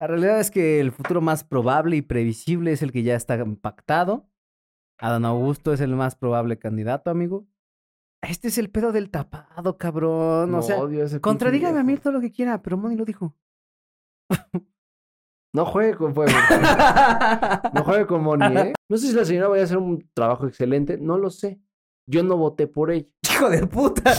La realidad es que el futuro más probable y previsible es el que ya está pactado. Adán Augusto es el más probable candidato, amigo. Este es el pedo del tapado, cabrón. o sea, odio a ese pinche contradígame a viejo. mí todo lo que quiera, pero Moni lo dijo. No juegue con fuego. No juegue con Moni, ¿eh? No sé si la señora vaya a hacer un trabajo excelente, no lo sé. Yo no voté por ella. Hijo de puta.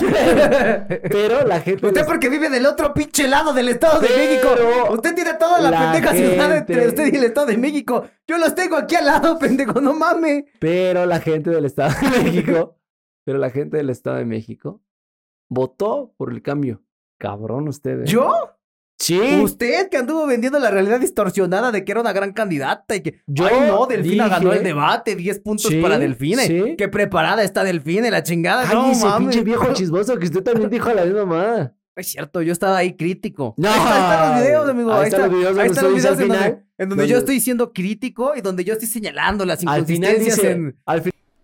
Pero la gente. Usted porque vive del otro pinche lado del Estado de Pero México. Usted tiene toda la, la pendeja ciudad gente- entre usted y el Estado de México. Yo los tengo aquí al lado, pendejo, no mames. Pero la gente del Estado de México. pero la gente del Estado de México votó por el cambio. Cabrón, ustedes. ¿Yo? Sí. Usted que anduvo vendiendo la realidad distorsionada de que era una gran candidata y que Yo Ay, no, Delfina dije- ganó el debate, 10 puntos Sí, para Delfine. sí. Qué preparada está Delfine, la chingada. Ay, no ese mames. pinche viejo chismoso que usted también dijo a la misma mamá. Es cierto, yo estaba ahí crítico. No. Ahí está- están los videos, amigo. Ahí Ahí, están está- los videos ahí donde están los usted dice videos en al donde, final- en donde yo donde- estoy siendo crítico y donde yo estoy señalando las Al final inconsistencias dice. en... Al final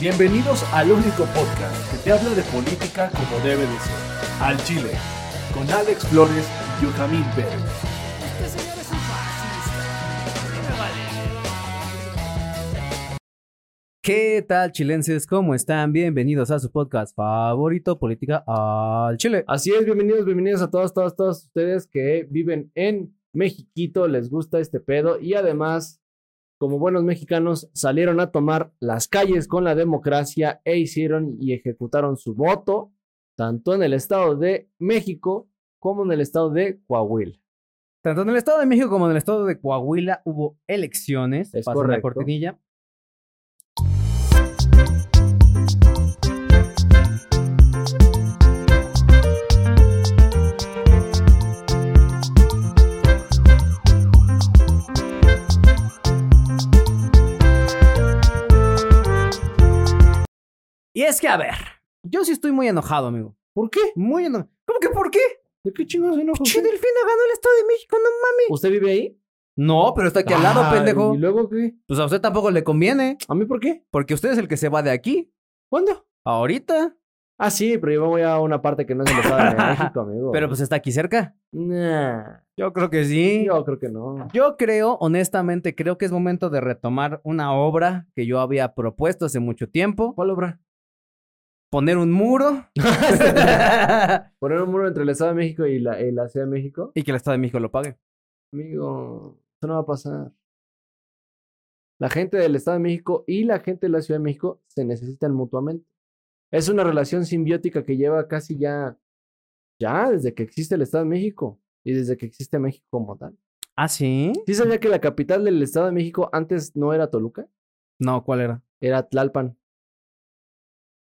Bienvenidos al único podcast que te habla de política como debe de ser. Al Chile, con Alex Flores y Yujamil Pérez. ¿Qué tal, chilenses? ¿Cómo están? Bienvenidos a su podcast favorito, Política al Chile. Así es, bienvenidos, bienvenidos a todos, todos, todos ustedes que viven en Mexiquito, les gusta este pedo y además, como buenos mexicanos, salieron a tomar las calles con la democracia e hicieron y ejecutaron su voto, tanto en el Estado de México como en el Estado de Coahuila. Tanto en el Estado de México como en el Estado de Coahuila hubo elecciones. Es Pasen la correcto. cortinilla. Y es que, a ver, yo sí estoy muy enojado, amigo. ¿Por qué? Muy enojado. ¿Cómo que por qué? ¿De qué chingados se enoja Che, usted? Delfina ganó el Estado de México, no mames. ¿Usted vive ahí? No, pero está aquí al lado, Ah, pendejo. ¿Y luego qué? Pues a usted tampoco le conviene, ¿A mí por qué? porque usted es el que se va de aquí. ¿Cuándo? Ahorita. Ah, sí, pero yo me voy a una parte que no es el Estado de México, amigo. Pero pues está aquí cerca. Nah, Yo creo que sí. yo creo que no. Yo creo, honestamente, creo que es momento de retomar una obra que yo había propuesto hace mucho tiempo. ¿Cuál obra? Poner un muro. Poner un muro entre el Estado de México y la, y la Ciudad de México. y que el Estado de México lo pague. Amigo, eso no va a pasar. La gente del Estado de México y la gente de la Ciudad de México se necesitan mutuamente. Es una relación simbiótica que lleva casi ya, ya desde que existe el Estado de México y desde que existe México como tal. ¿Ah, sí? ¿Sí sabía que la capital del Estado de México antes no era Toluca? No, ¿cuál era? Era Tlalpan.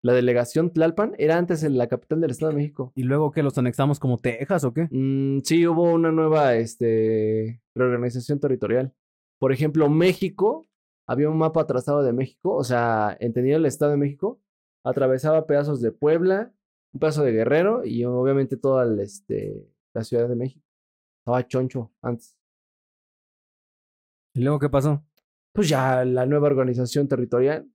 La delegación Tlalpan era antes en la capital del Estado de México. ¿Y luego que los anexamos como Texas o qué? Mm, sí, hubo una nueva este, reorganización territorial. Por ejemplo, México, había un mapa trazado de México, o sea, entendido el Estado de México, atravesaba pedazos de Puebla, un pedazo de Guerrero y obviamente toda el, este, la Ciudad de México. Estaba choncho antes. ¿Y luego qué pasó? Pues ya la nueva organización territorial.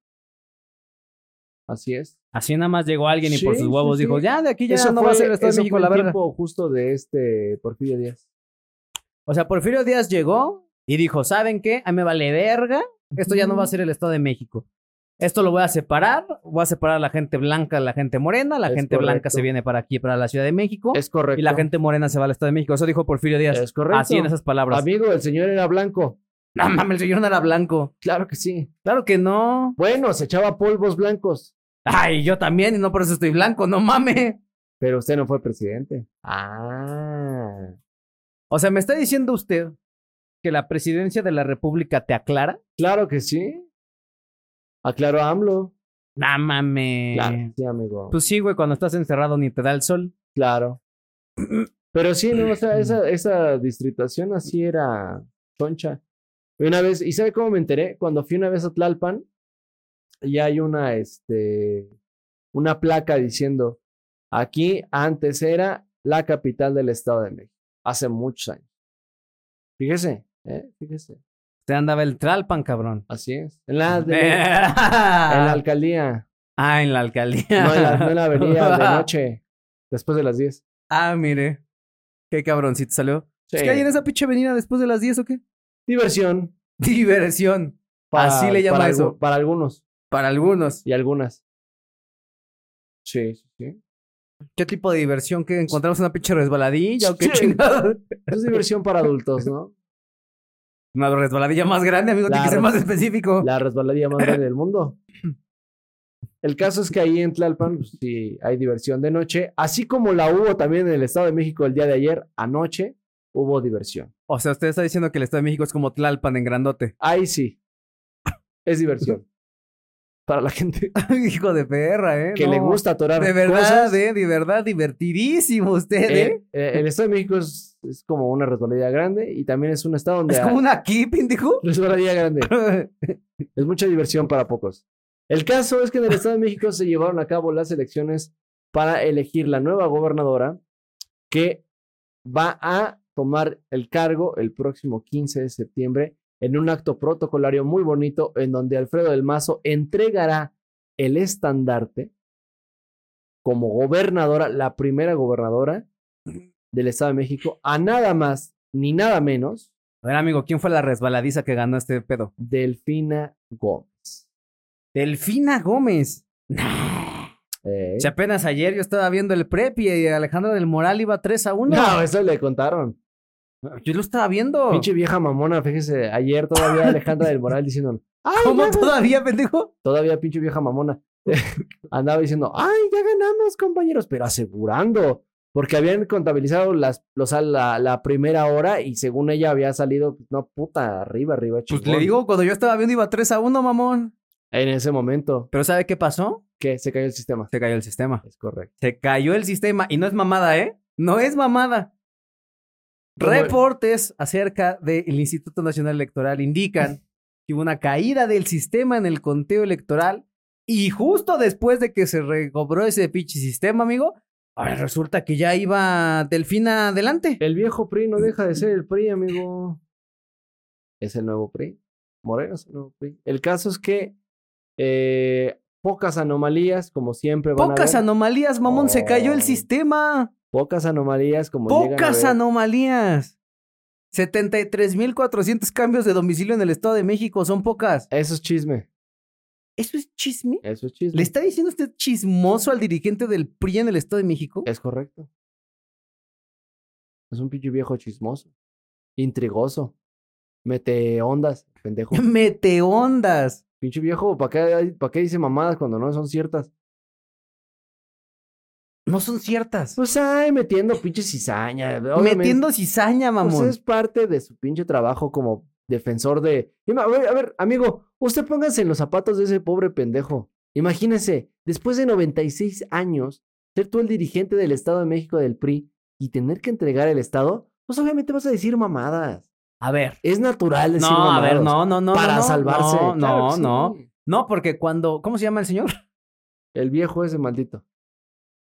Así es. Así nada más llegó alguien y por Sí, sus huevos sí, sí. dijo, ya de aquí ya eso no fue, va a ser el Estado de eso México fue la el verga. tiempo justo de este Porfirio Díaz. O sea, Porfirio Díaz llegó y dijo, ¿saben qué? A mí me vale verga. Esto ya no va a ser el Estado de México. Esto lo voy a separar. Voy a separar a la gente blanca de la gente morena. La Es gente blanca correcto. se viene para aquí, para la Ciudad de México. Es correcto. Y la gente morena se va al Estado de México. Eso dijo Porfirio Díaz. Es correcto. Así en esas palabras. Amigo, el señor era blanco. No mames, el señor no era blanco. Claro que sí. Claro que no. Bueno, se echaba polvos blancos, Ay, yo también, y no por eso estoy blanco, no mames. pero usted no fue presidente. Ah. O sea, me está diciendo usted que la presidencia de la República te aclara. Claro que sí. Aclaró AMLO. No mames. Claro, que sí, amigo. Pues sí, güey, cuando estás encerrado ni te da el sol. claro. Pero sí, no, o sea, esa, esa distritación así era choncha. Y una vez, ¿y sabe cómo me enteré? Cuando fui una vez a Tlalpan, y hay una, este, una placa diciendo, aquí antes era la capital del Estado de México, hace muchos años. Fíjese, ¿eh? Fíjese. Te andaba el Tralpan, cabrón. Así es. En la, Ah, de- en la ah, alcaldía. en la alcaldía. No en la, no en la avenida de noche. Después de las 10. Ah, mire. Qué cabroncito salió. Pues, Sí. ¿Qué hay en esa pinche avenida después de las 10 o qué? Diversión. Diversión. Así le llama para eso. algu- para algunos Para algunos. y algunas. Sí, sí, sí. ¿Qué tipo de diversión? ¿Que encontramos una pinche resbaladilla o qué Sí. chingados? Es diversión para adultos, ¿no? Una resbaladilla más grande, amigo. Tiene La que ser res- más específico. La resbaladilla más grande del mundo. El caso es que ahí en Tlalpan pues, sí hay diversión de noche, así como la hubo también en el Estado de México el día de ayer, anoche hubo diversión. O sea, usted está diciendo que el Estado de México es como Tlalpan en grandote. Ahí sí. Es diversión. Para la gente Hijo de perra, ¿eh? que le No. gusta atorar De verdad, cosas. ¿eh? De verdad, divertidísimo usted, ¿eh? Eh, eh, el Estado de México es, es como una resbaladilla grande y también es un estado donde Es como hay- una aquí, pendejo. resbaladilla grande. Es mucha diversión para pocos. El caso es que en el Estado de México se llevaron a cabo las elecciones para elegir la nueva gobernadora que va a tomar el cargo el próximo 15 de septiembre en un acto protocolario muy bonito en donde Alfredo del Mazo entregará el estandarte como gobernadora, la primera gobernadora del Estado de México, a nada más ni nada menos A ver, amigo, ¿quién fue la resbaladiza que ganó este pedo? Delfina Gómez. Delfina Gómez. Eh, Si apenas ayer yo estaba viendo el prep y Alejandro del Moral iba 3 a 1. No, eso le contaron. Yo lo estaba viendo. Pinche vieja mamona, fíjese, ayer todavía Alejandra del Moral diciendo, ay, ¿Cómo ya gan-". todavía, pendejo? todavía pinche vieja mamona. Andaba diciendo, ay, ya ganamos, compañeros, pero asegurando, porque habían contabilizado las, o sea, la, la primera hora y según ella había salido, pues, no, puta, arriba, arriba, Pues chingón. le digo, cuando yo estaba viendo iba 3 a 1, mamón. En ese momento, Pero ¿sabe qué pasó? que se cayó el sistema. Se cayó el sistema. Es correcto. Se cayó el sistema. Y no es mamada, ¿eh? No es mamada. ¿Cómo? Reportes acerca del Instituto Nacional Electoral indican que hubo una caída del sistema en el conteo electoral. Y justo después de que se recobró ese pinche sistema, amigo, ahora resulta que ya iba Delfina adelante. El viejo PRI no deja de ser el PRI, amigo. Es el nuevo PRI. Moreno es el nuevo PRI. El caso es que eh, pocas anomalías, como siempre van Pocas a haber. anomalías, mamón. Se cayó el Oh. sistema. pocas anomalías, como Pocas anomalías. anomalías. 73.400 cambios de domicilio en el Estado de México. Son pocas. Eso es chisme. ¿Eso es chisme? Eso es chisme. ¿Le está diciendo usted chismoso al dirigente del PRI en el Estado de México? Es correcto. Es un pinche viejo chismoso. Intrigoso. Mete ondas, pendejo. Meteondas. pinche viejo, ¿para qué, pa' qué dice mamadas cuando no son ciertas? No son ciertas. Pues ay, metiendo pinche cizaña. Pues, obviamente. Metiendo cizaña, Pues mamón. es parte de su pinche trabajo como defensor de. Ima- A ver, a ver, amigo, usted póngase en los zapatos de ese pobre pendejo. Imagínese, después de 96 años, ser tú el dirigente del Estado de México del PRI y tener que entregar el Estado, pues obviamente vas a decir mamadas. A ver. Es natural decir No, a mamadas. ver, no, no, no. Para no, no, salvarse. No, Claro no, que sí. no. No, porque cuando. ¿Cómo se llama el señor? El viejo ese maldito.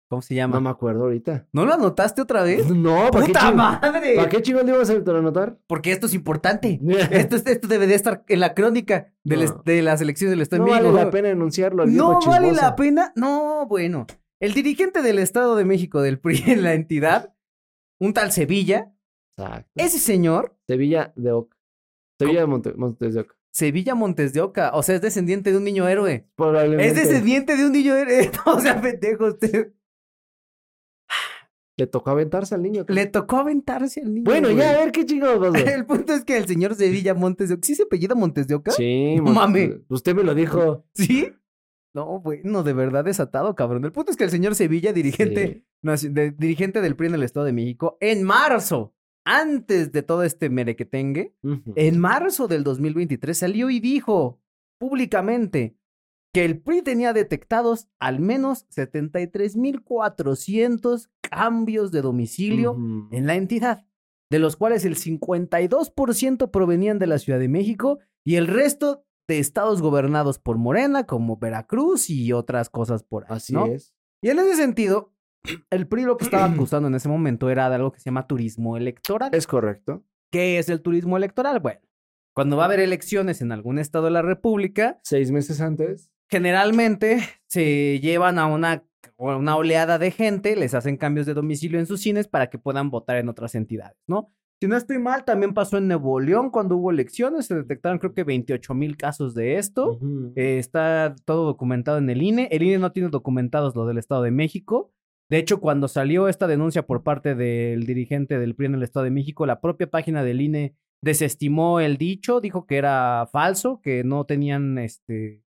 ¿Cómo se No llama? me acuerdo ahorita. ¿No lo anotaste otra vez? No, ¿para qué ¡Puta ching- madre! ¿Para qué chingón le ibas a anotar? Porque esto es importante. Esto, es- esto debería estar en la crónica de, No. las- de las elecciones del Estado no de México. vale la pena enunciarlo. el ¿No viejo vale chismoso. la pena? No, bueno. El dirigente del Estado de México del PRI en la entidad, un tal Sevilla, Exacto. ese señor, Sevilla de Oca. Sevilla de Monte- Montes de Oca. Sevilla Montes de Oca, o sea, es descendiente de un niño héroe. Es Probablemente descendiente de un niño héroe. No, o sea, pendejo, usted. le tocó aventarse al niño. Le tocó aventarse al niño. Bueno, ya, héroe. a ver qué chingados pasó. El punto es que el señor Sevilla Montes de Oca, ¿sí se apellida Montes de Oca? Sí, No mon- mames. Usted me lo dijo. ¿Sí? No, bueno, de verdad desatado, cabrón. El punto es que el señor Sevilla, dirigente Sí. naci- de- dirigente del PRI en el Estado de México, en marzo, antes de todo este merequetengue, Ujú. en marzo del 2023 salió y dijo públicamente, que el PRI tenía detectados al menos 73.400 cambios de domicilio Ujú. en la entidad, de los cuales el 52% provenían de la Ciudad de México y el resto de estados gobernados por Morena, como Veracruz y otras cosas por ahí. Así ¿no? es. Y en ese sentido, el PRI lo que estaba acusando en ese momento era de algo que se llama turismo electoral. Es correcto. ¿Qué es el turismo electoral? Bueno, cuando va a haber elecciones en algún estado de la República, Seis meses antes. generalmente se llevan a una, a una oleada de gente, les hacen cambios de domicilio en sus cines para que puedan votar en otras entidades, ¿no? Si no estoy mal, también pasó en Nuevo León cuando hubo elecciones, se detectaron creo que 28 mil casos de esto. Ujú. Eh, está todo documentado en el INE. El INE no tiene documentados lo del Estado de México. De hecho, cuando salió esta denuncia por parte del dirigente del PRI en el Estado de México, la propia página del INE desestimó el dicho, dijo que era falso, que no tenían este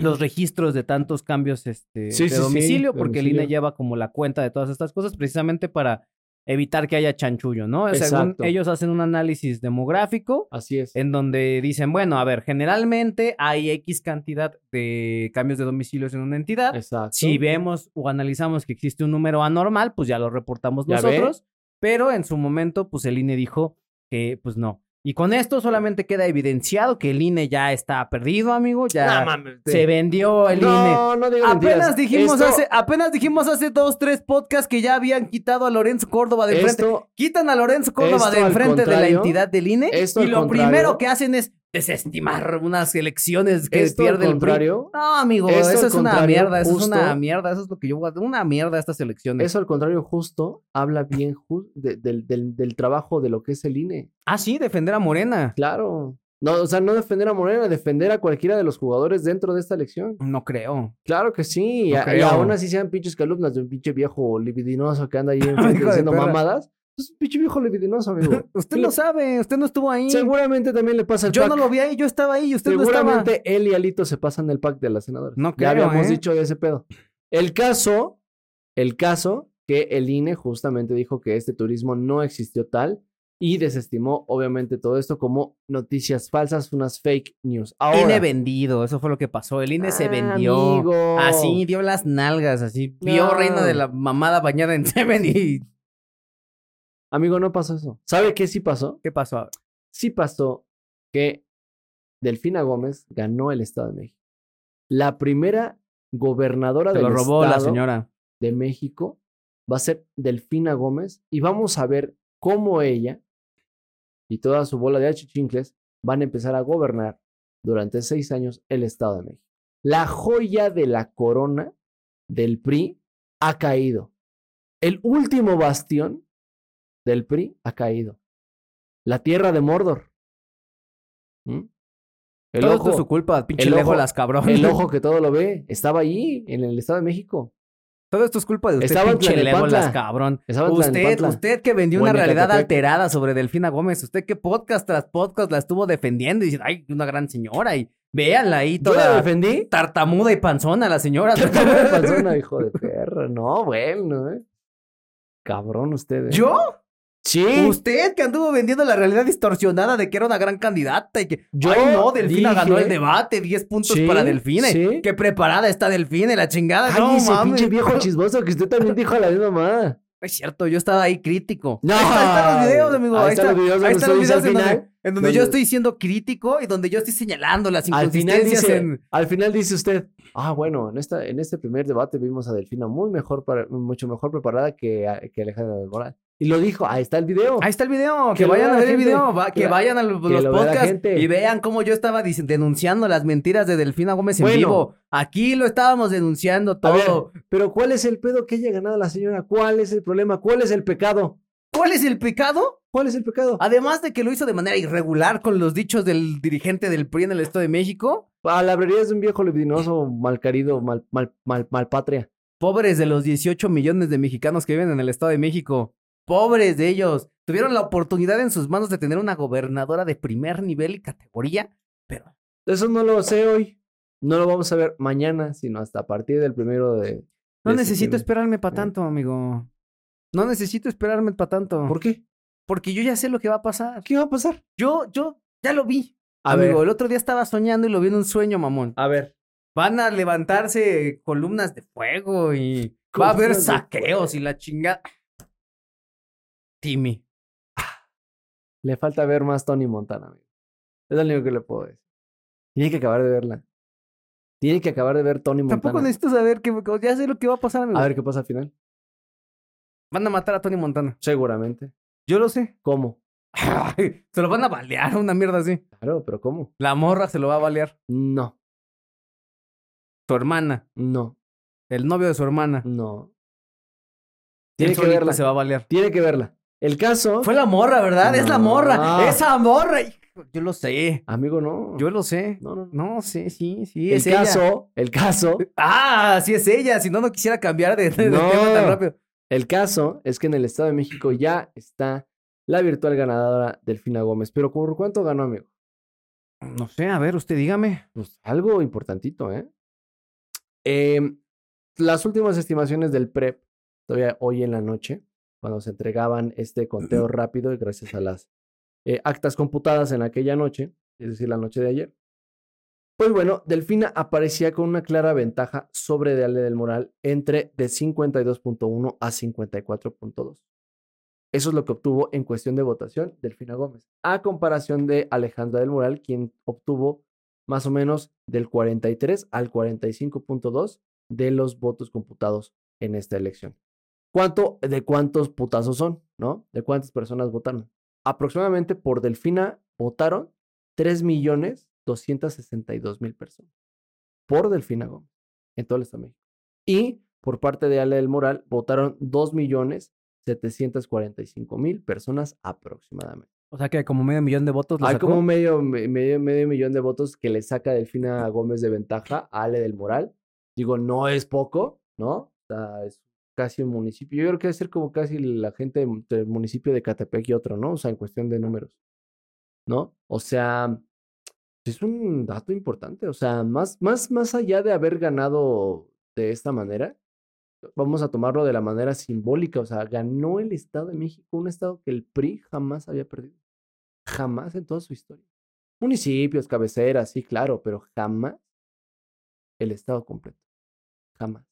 los registros de tantos cambios este, Sí, de sí, sí, eh. domicilio, de porque el INE domicilio. lleva como la cuenta de todas estas cosas, precisamente para evitar que haya chanchullo, ¿no? Según Exacto. ellos hacen un análisis demográfico Así es. en donde dicen, bueno, a ver, generalmente hay X cantidad de cambios de domicilios en una entidad. Exacto. Si vemos o analizamos que existe un número anormal, pues ya lo reportamos ¿Ya ve? nosotros. Pero en su momento, pues el INE dijo que, pues no. Y con esto solamente queda evidenciado que el INE ya está perdido, amigo. Ya No mames, se vendió el INE. No, no digas mentiras. Apenas dijimos, Esto- hace, apenas dijimos hace dos, tres podcasts que ya habían quitado a Lorenzo Córdoba de frente esto, quitan a Lorenzo Córdoba Esto de al enfrente de la contrario, entidad del INE esto y al lo contrario. primero que hacen es desestimar unas elecciones que esto al pierde el PRI. contrario, No, amigo, esto eso al es una contrario, mierda, eso es una justo- mierda, eso es lo que yo una mierda estas elecciones. eso al contrario justo habla bien ju- de- del, del- del trabajo de lo que es el INE. Ah, sí, defender a Morena. Claro. No, o sea, no defender a Morena, defender a cualquiera de los jugadores dentro de esta elección. No creo. Claro que sí. y, No a- y creo. aún así sean pinches calumnas de un pinche viejo libidinoso que anda ahí Hijo enfrente de diciendo perra. mamadas. Es un pinche viejo libidinoso, amigo. Usted no sabe, usted no estuvo ahí. Seguramente también le pasa el Yo pack. no lo vi ahí, yo estaba ahí y usted no estaba. Seguramente él y Alito se pasan el pack de la senadora. No creo, Ya habíamos ¿eh? dicho ese pedo. El caso, el caso que el INE justamente dijo que este turismo no existió tal y desestimó obviamente todo esto como noticias falsas, unas fake news. Ahora, INE vendido, eso fue lo que pasó. El INE E se Ah, vendió. Ah, amigo. Así dio las nalgas, así vio No. reina de la mamada bañada en semen y Amigo, no pasó eso. ¿Sabe qué sí pasó? ¿qué pasó? Sí pasó que Delfina Gómez ganó el Estado de México. La primera gobernadora Te del lo robó la estado señora. de México va a ser Delfina Gómez y vamos a ver cómo ella y toda su bola de achichincles van a empezar a gobernar durante seis años el Estado de México. La joya de la corona del PRI ha caído. El último bastión del PRI ha caído. La tierra de Mordor. ¿Mm? El Todo ojo- esto es su culpa, pinche el Lego ojo- las cabrón. el ojo que todo lo ve estaba allí en el Estado de México. Todo esto es culpa de usted, Estaba en pinche Lego Tlanepantla. las cabrón. Estaba en Usted, Tlanepantla. usted que vendió O una en realidad Ecatepec. alterada sobre Delfina Gómez, usted que podcast tras podcast la estuvo defendiendo y dice, ay, una gran señora, y véanla ahí ¿Yo la toda defendí? tartamuda y panzona la señora. Pobre panzona, hijo de perra. No, bueno, ¿eh? Cabrón ustedes. ¿Yo? Sí. Usted que anduvo vendiendo la realidad distorsionada de que era una gran candidata y que, Yo ay, no, Delfina dije- ganó el debate, 10 puntos Sí, para Delfina. sí. Qué preparada está Delfina, y la chingada. no, Cállese, mames. pinche viejo chismoso, que usted también dijo a la misma mamada. Es cierto, yo estaba ahí crítico. No. ahí están los videos, amigo. Ahí, Ahí está- están los videos donde ahí están usted los dice al videos en donde, final- en donde yo donde- estoy siendo crítico y donde yo estoy señalando las Al final, inconsistencias dice, en... al final dice usted, ah, bueno, en, esta, en este primer debate vimos a Delfina muy mejor, para- mucho mejor preparada que, a- que Alejandra del Moral. Y lo dijo, ahí está el video. Ahí está el video, que, Que lo vayan vea a la ver el gente, video, va- que, que la- vayan a los, que los lo vea la podcasts gente. y vean cómo yo estaba dis- denunciando las mentiras de Delfina Gómez en Bueno. vivo. Aquí lo estábamos denunciando A ver, todo. Pero ¿cuál es el pedo que haya ganado la señora? ¿Cuál es el problema? ¿Cuál es el pecado? ¿Cuál es el pecado? ¿Cuál es el pecado? Además de que lo hizo de manera irregular con los dichos del dirigente del PRI en el Estado de México, Ah, Palabrerías de un viejo libidinoso, malcarido, mal, mal, mal, malpatria. Pobres de los 18 millones de mexicanos que viven en el Estado de México. Pobres de ellos. Tuvieron la oportunidad en sus manos de tener una gobernadora de primer nivel y categoría. Eso no lo sé hoy. No lo vamos a ver mañana, sino hasta a partir del primero de. No de necesito septiembre. esperarme para Eh. tanto, amigo. No necesito esperarme para tanto. ¿Por qué? Porque yo ya sé lo que va a pasar. ¿Qué va a pasar? Yo, yo, ya lo vi. A amigo, ver, el otro día estaba soñando y lo vi en un sueño, mamón. a ver. Van a levantarse columnas de fuego y va a haber Columnas de saqueos y la chingada. Timmy. Le falta ver más Tony Montana, amigo. Es lo único que le puedo decir. Tiene que acabar de verla. Tiene que acabar de ver Tony Montana. Tampoco necesito saber que ya sé lo que va a pasar, amigo. A ver qué pasa al final. Van a matar a Tony Montana. Seguramente. Yo lo sé. ¿Cómo? se lo van a balear, una mierda así. Claro, pero ¿cómo? La morra se lo va a balear. No, Su hermana, no, el novio de su hermana. no. Tiene Tiene que verla. se va a balear. Tiene que verla. El caso, Fue la morra, ¿verdad? Es la No. morra. Esa morra. Hijo, Yo lo sé. amigo, no. Yo lo sé. No, no, no. No, sí, sí, sí. El es ella. caso, el caso, Ah, sí es ella. Si no, no quisiera cambiar de, de No. tema tan rápido. el caso es que en el Estado de México ya está la virtual ganadora Delfina Gómez. Pero ¿por cuánto ganó, amigo? No sé, a ver, usted dígame. Pues algo importantito, ¿eh? Em, Las últimas estimaciones del PREP, todavía hoy en la noche, cuando se entregaban este conteo rápido, y gracias a las eh, actas computadas en aquella noche, es decir, la noche de ayer, pues bueno, Delfina aparecía con una clara ventaja sobre Dale del Moral entre de 52.1 a 54.2. Eso es lo que obtuvo en cuestión de votación Delfina Gómez, a comparación de Alejandra del Moral, quien obtuvo más o menos del 43 al 45.2 de los votos computados en esta elección. ¿Cuánto, de cuántos putazos son, no? ¿De cuántas personas votaron? Aproximadamente por Delfina votaron 3.262.000 personas. Por Delfina Gómez, en todo el Estado de México. Y por parte de Ale del Moral votaron 2.745.000 personas aproximadamente. O sea que como medio millón de votos. la Hay sacó. como medio, me- medio, medio millón de votos que le saca Delfina Gómez de ventaja a Ale del Moral. Digo, no es poco, ¿no? O sea, es casi un municipio. Yo creo que debe ser como casi la gente de- del municipio de Catepec y otro, ¿no? O sea, en cuestión de números, ¿no? O sea, es un dato importante. O sea, más, más, más allá de haber ganado de esta manera, vamos a tomarlo de la manera simbólica. O sea, ganó el Estado de México, un estado que el PRI jamás había perdido. Jamás en toda su historia. Municipios, cabeceras, sí, claro, pero jamás el estado completo. Jamás.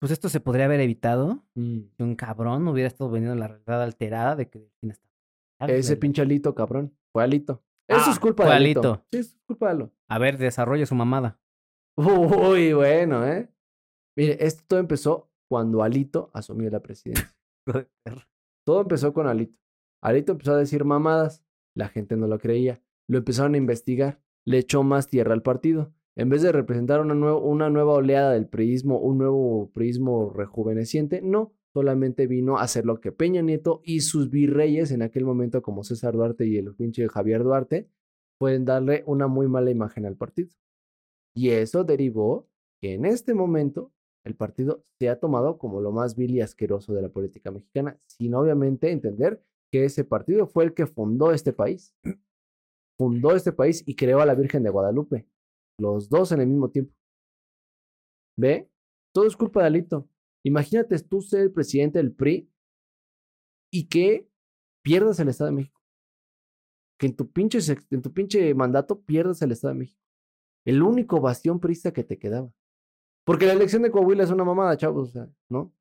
Pues esto se podría haber evitado Mm. si un cabrón hubiera estado vendiendo la realidad alterada de que Delfina está. Ese pinche Alito, cabrón. Fue Alito. Eso Ah, es culpa fue de Alito. Alito. Sí, es culpa de Alito. A ver, desarrolla su mamada. Uy, bueno, ¿eh? Mire, esto todo empezó cuando Alito asumió la presidencia. Todo empezó con Alito. Alito empezó a decir mamadas. La gente no lo creía. Lo empezaron a investigar. Le echó más tierra al partido. En vez de representar una, nue- una nueva oleada del priismo, un nuevo priismo rejuveneciente, no. Solamente vino a hacer lo que Peña Nieto y sus virreyes en aquel momento, como César Duarte y el pinche Javier Duarte, pueden darle una muy mala imagen al partido. Y eso derivó que en este momento el partido se ha tomado como lo más vil y asqueroso de la política mexicana, sin obviamente entender que ese partido fue el que fundó este país. Fundó este país y creó a la Virgen de Guadalupe. Los dos en el mismo tiempo. ¿Ve? Todo es culpa de Alito. Imagínate tú ser el presidente del PRI y que pierdas el Estado de México. Que en tu pinche, sex- en tu pinche mandato pierdas el Estado de México. El único bastión priista que te quedaba. Porque la elección de Coahuila es una mamada, chavos, o sea, ¿no?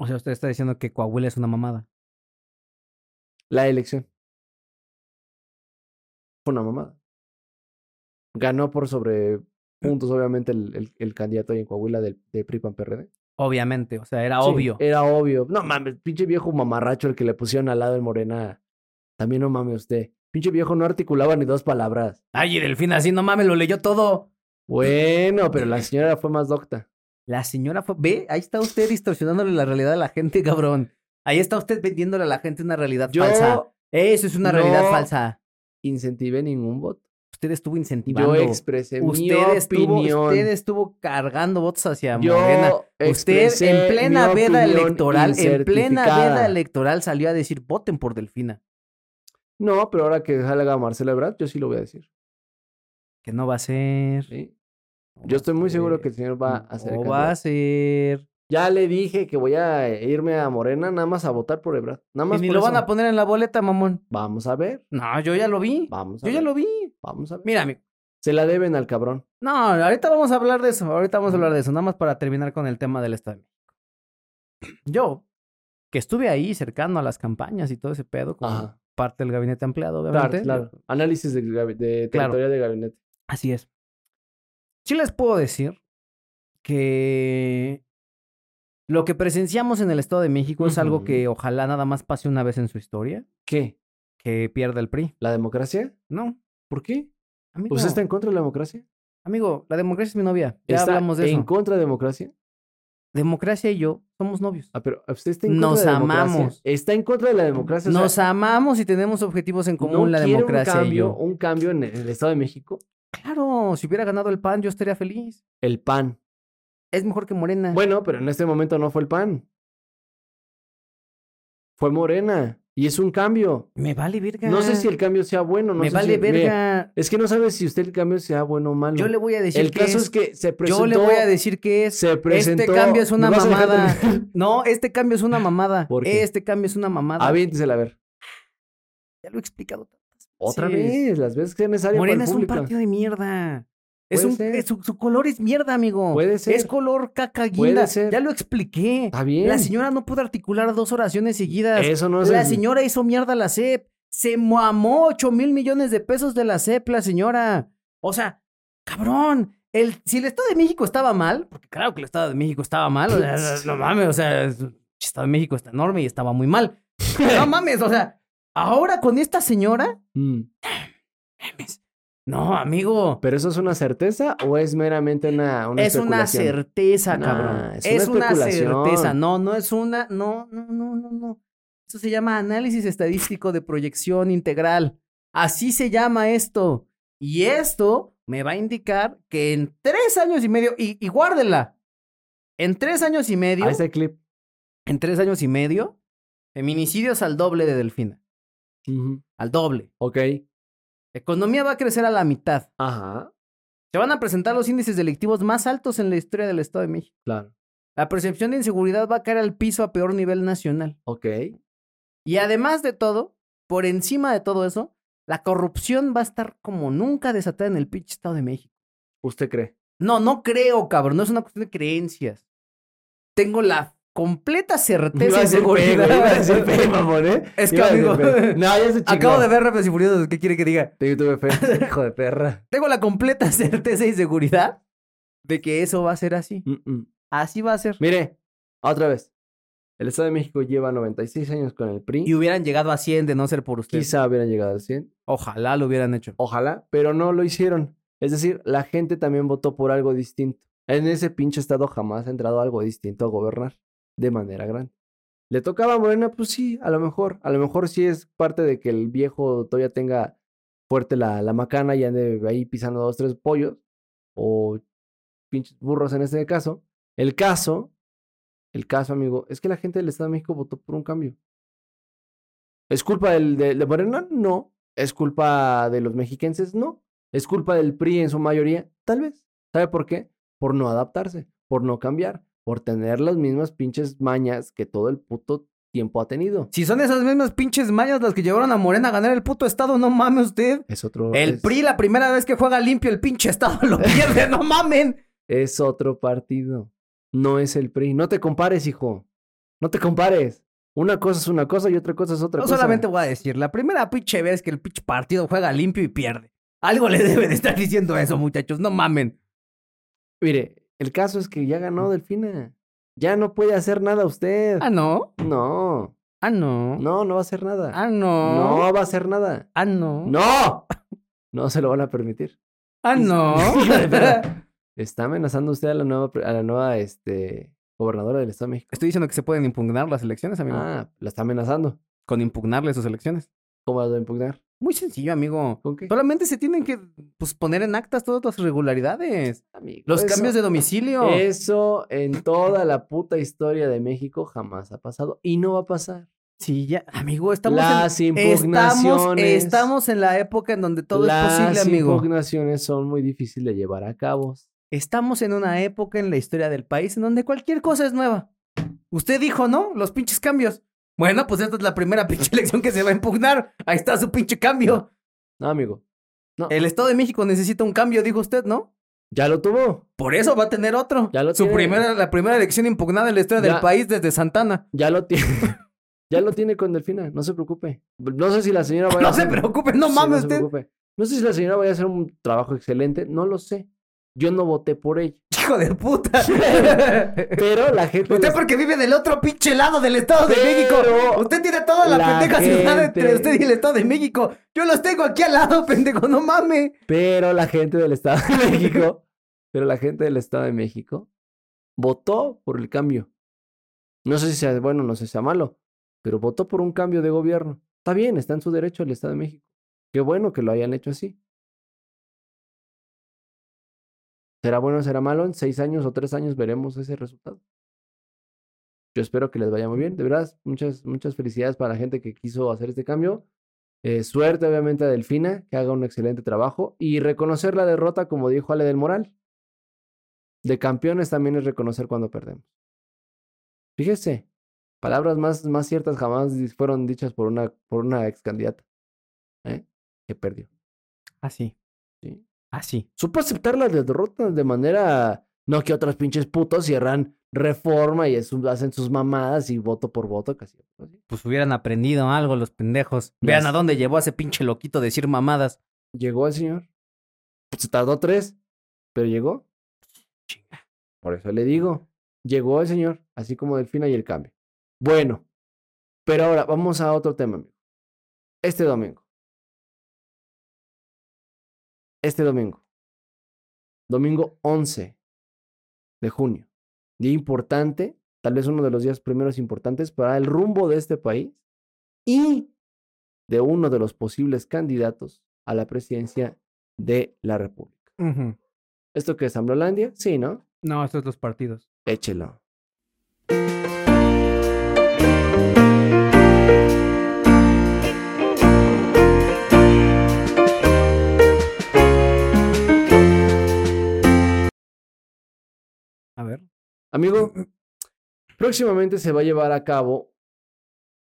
O sea, usted está diciendo que Coahuila es una mamada. La elección. Fue una mamada. Ganó por sobre puntos, obviamente, el, el- el candidato ahí en Coahuila del, de PRI PAN PRD. Obviamente, o sea, era Sí, Ah, eh, obvio. Era obvio. No mames, pinche viejo mamarracho el que le pusieron al lado del Morena. También no mames usted. Pinche viejo no articulaba ni dos palabras. Ay, y Delfina, así no mames, lo leyó todo. Bueno, pero la señora fue más docta. La señora fue. Ve, ahí está usted distorsionándole la realidad a la gente, cabrón. Ahí está usted vendiéndole a la gente una realidad Yo falsa. Eso es una no. realidad falsa. incentivé ningún voto. Usted estuvo Yo incentivando. expresé mi usted, estuvo, opinión. usted estuvo cargando votos hacia Yo Morena. Usted expresé en plena mi veda opinión electoral, en plena veda incertificada. electoral salió a decir voten por Delfina, No, pero ahora que salga Marcelo Ebrard, yo sí lo voy a decir. que no va a ser. ¿sí? Yo estoy muy seguro que el señor va Mm, a hacer. Eh, No va a ser. Ya le dije que voy a eh, irme a Morena nada más a votar por Ebrard. Nada Y más ni por lo eso. van a poner en la boleta, mamón. Vamos a ver. No, yo ya lo vi. Vamos a Yo ya ver. lo vi. Vamos a ver. Mira, amigo, Se la deben al cabrón. No, ahorita vamos a hablar de eso. Ahorita vamos a hablar de eso. Nada más para terminar con el tema del Estado de México. Yo, que estuve ahí cercano a las campañas y todo ese pedo, como Ajá. parte del gabinete ampliado, Claro, obviamente. claro. Análisis de, gabi- de Claro. territorial de gabinete. Así es. Sí les puedo decir que lo que presenciamos en el Estado de México es algo Ujú. que ojalá nada más pase una vez en su historia, ¿Qué? que pierda el PRI. ¿La democracia? No, ¿Por qué? amigo. ¿Usted está en contra de la democracia? Amigo, la democracia es mi novia. Ya este ¿Está hablamos de eso. ¿En contra de democracia? Democracia y yo somos novios. Ah, pero usted está en contra Nos de la democracia. amamos. Está en contra de la democracia. o sea, Nos amamos y tenemos objetivos en común, no la quiere democracia un cambio, y yo. un cambio en el Estado de México. Claro, si hubiera ganado el PAN, yo estaría feliz. El PAN. Es mejor que Morena. Bueno, pero en este momento no fue el PAN. Fue Morena. Y es un cambio. me vale verga. No sé si el cambio sea bueno. No me sé vale si- mire, verga. es que no sabes si usted el cambio sea bueno o malo. Yo le voy a decir el que caso es- es que se presentó. Yo le voy a decir que es. Se presentó. Este cambio es una ¿Me vas a dejar mamada. terminar? No, este cambio es una mamada. ¿Por qué? Este cambio es una mamada. Aviéntesela a ver. Ya lo he explicado. Otra Sí. vez, las veces que sea necesario. para el Morena es un público. partido de mierda. Es Puede un, ser. es- su, su color es mierda, amigo. Puede ser. Es color caca guinda. ser. Ya lo expliqué. Está bien. La señora no pudo articular dos oraciones seguidas. Eso no es la el- señora hizo mierda a la CEP. Se mamó 8 mil millones de pesos de la CEP, la señora. O sea, cabrón. El, si el Estado de México estaba mal, porque claro que el Estado de México estaba mal, o sea, no mames, o sea, es- el Estado de México está enorme y estaba muy mal. No mames, o sea, ahora con esta señora, Mm. mames. no, amigo, ¿Pero eso es una certeza o es meramente una, una es una especulación? certeza, Nah, cabrón. es Es, una una, especulación. certeza, no, no es una, no, no, no, no, no. Eso se llama análisis estadístico de proyección integral. Así se llama esto. Y esto me va a indicar que en tres años y medio, y, y guárdela, en tres años y medio, Ahí está el clip. en tres años y medio, feminicidios al doble de Delfina, al doble. Ok. Economía va a crecer a la mitad. Ajá. Se van a presentar los índices delictivos más altos en la historia del Estado de México. Claro. La percepción de inseguridad va a caer al piso a peor nivel nacional. Ok. Y además de todo, por encima de todo eso, la corrupción va a estar como nunca desatada en el pinche Estado de México. ¿Usted cree? No, no creo, cabrón. No es una cuestión de creencias. Tengo la completa certeza y seguridad. Iba a decir fe, mamón, ¿eh? Es que, Iba a decir amigo, fe. No, ya se chingó. Acabo de ver Rápidos y Furiosos. ¿Qué quiere que diga? Te tuve fe. Hijo de perra. Tengo la completa certeza y seguridad de que eso va a ser así. Mm, mm. Así va a ser. Mire, otra vez. El Estado de México lleva 96 años con el PRI. Y hubieran llegado a 100 de no ser por ustedes. Quizá hubieran llegado al 100. Ojalá lo hubieran hecho. Ojalá, pero no lo hicieron. Es decir, la gente también votó por algo distinto. En ese pinche estado jamás ha entrado algo distinto a gobernar de manera grande. ¿Le tocaba a Morena? Pues sí, a lo mejor. A lo mejor sí es parte de que el viejo todavía tenga fuerte la, la macana y ande ahí pisando dos, tres pollos o pinches burros en este caso. El caso, el caso, amigo, es que la gente del Estado de México votó por un cambio. ¿Es culpa del, de, de Morena? No. ¿Es culpa de los mexiquenses? No. ¿Es culpa del PRI en su mayoría? Tal vez. ¿Sabe por qué? Por no adaptarse, por no cambiar, por tener las mismas pinches mañas que todo el puto tiempo ha tenido. Si son esas mismas pinches mañas las que llevaron a Morena a ganar el puto estado, no mame usted. Es otro. El es- PRI la primera vez que juega limpio el pinche estado lo pierde, no mamen. Es otro partido. No es el PRI. No te compares, hijo. No te compares. Una cosa es una cosa y otra cosa es otra No cosa. solamente voy a decir, la primera pinche vez que el pinche partido juega limpio y pierde. Algo le deben estar diciendo eso, muchachos, no mamen. Mire, el caso es que ya ganó Delfina. Ya no puede hacer nada usted. Ah, no. No. Ah, no. No, no va a hacer nada. Ah, no. No va a hacer nada. Ah, no. ¡No! No se lo van a permitir. Ah, no. Está amenazando usted a la nueva, pre- a la nueva este, gobernadora del Estado de México. Estoy diciendo que se pueden impugnar las elecciones, amigo. Ah, la está amenazando. Con impugnarle sus elecciones. ¿Cómo la va a impugnar? Muy sencillo, amigo. ¿Con qué? Solamente se tienen que pues, poner en actas todas las irregularidades. Amigo, Los eso- Eh, cambios de domicilio. Eso en toda la puta historia de México jamás ha pasado y no va a pasar. Sí, ya, amigo, estamos las en... Estamos, impugnaciones. estamos en la época en donde todo las es posible, amigo. impugnaciones son muy difíciles de llevar a cabo. Estamos en una época en la historia del país en donde cualquier cosa es nueva. Usted dijo, ¿no? Los pinches cambios. Bueno, pues esta es la primera pinche elección que se va a impugnar. Ahí está su pinche cambio. No, amigo. No. El Estado de México necesita un cambio, dijo usted, ¿no? Ya lo tuvo. Por eso va a tener otro. Ya lo Su tiene. primera, la primera elección impugnada en la historia Ya. del país desde Santana. Ya lo tiene. ya lo tiene con Delfina. No se preocupe. No sé si la señora vaya a No se hacer- preocupe, no Sí, mames se usted. preocupe. No sé si la señora vaya a hacer un trabajo excelente. No lo sé. Yo no voté por ella. Hijo de puta. Pero la gente. usted porque vive del otro pinche lado del Estado de México. Pero Usted tiene toda la, la pendeja ciudad entre gente- usted y el Estado de México. Yo los tengo aquí al lado, pendejo, no mames. Pero la gente del Estado de México, pero la gente del Estado de México votó por el cambio. No sé si sea bueno, no sé si sea malo, pero votó por un cambio de gobierno. Está bien, está en su derecho el Estado de México. Qué bueno que lo hayan hecho así. ¿Será bueno o será malo? En seis años o tres años veremos ese resultado. Yo espero que les vaya muy bien. De verdad, muchas, muchas felicidades para la gente que quiso hacer este cambio. Eh, suerte, obviamente, a Delfina, que haga un excelente trabajo. Y reconocer la derrota, como dijo Ale del Moral. De campeones también es reconocer cuando perdemos. Fíjese, palabras más, más ciertas jamás di- fueron dichas por una, por una ex candidata. ¿eh? Que perdió. Así. Sí. Así. Supo aceptar las derrotas de manera. No que otros pinches putos cierran reforma y es un- hacen sus mamadas y voto por voto, casi. Pues hubieran aprendido algo los pendejos. Vean Las- a dónde llevó a ese pinche loquito decir mamadas. Llegó el señor. Pues, Se tardó tres, pero llegó. Por eso le digo, llegó el señor, así como Delfina y el cambio. Bueno, pero ahora vamos a otro tema, amigo. Este domingo. Este domingo. Domingo 11 de junio. Día importante, tal vez uno de los días primeros importantes para el rumbo de este país y de uno de los posibles candidatos a la presidencia de la República. ¿Esto qué es Amblolandia? Sí, ¿no? No, estos los partidos. Échelo. A ver. Amigo, próximamente se va a llevar a cabo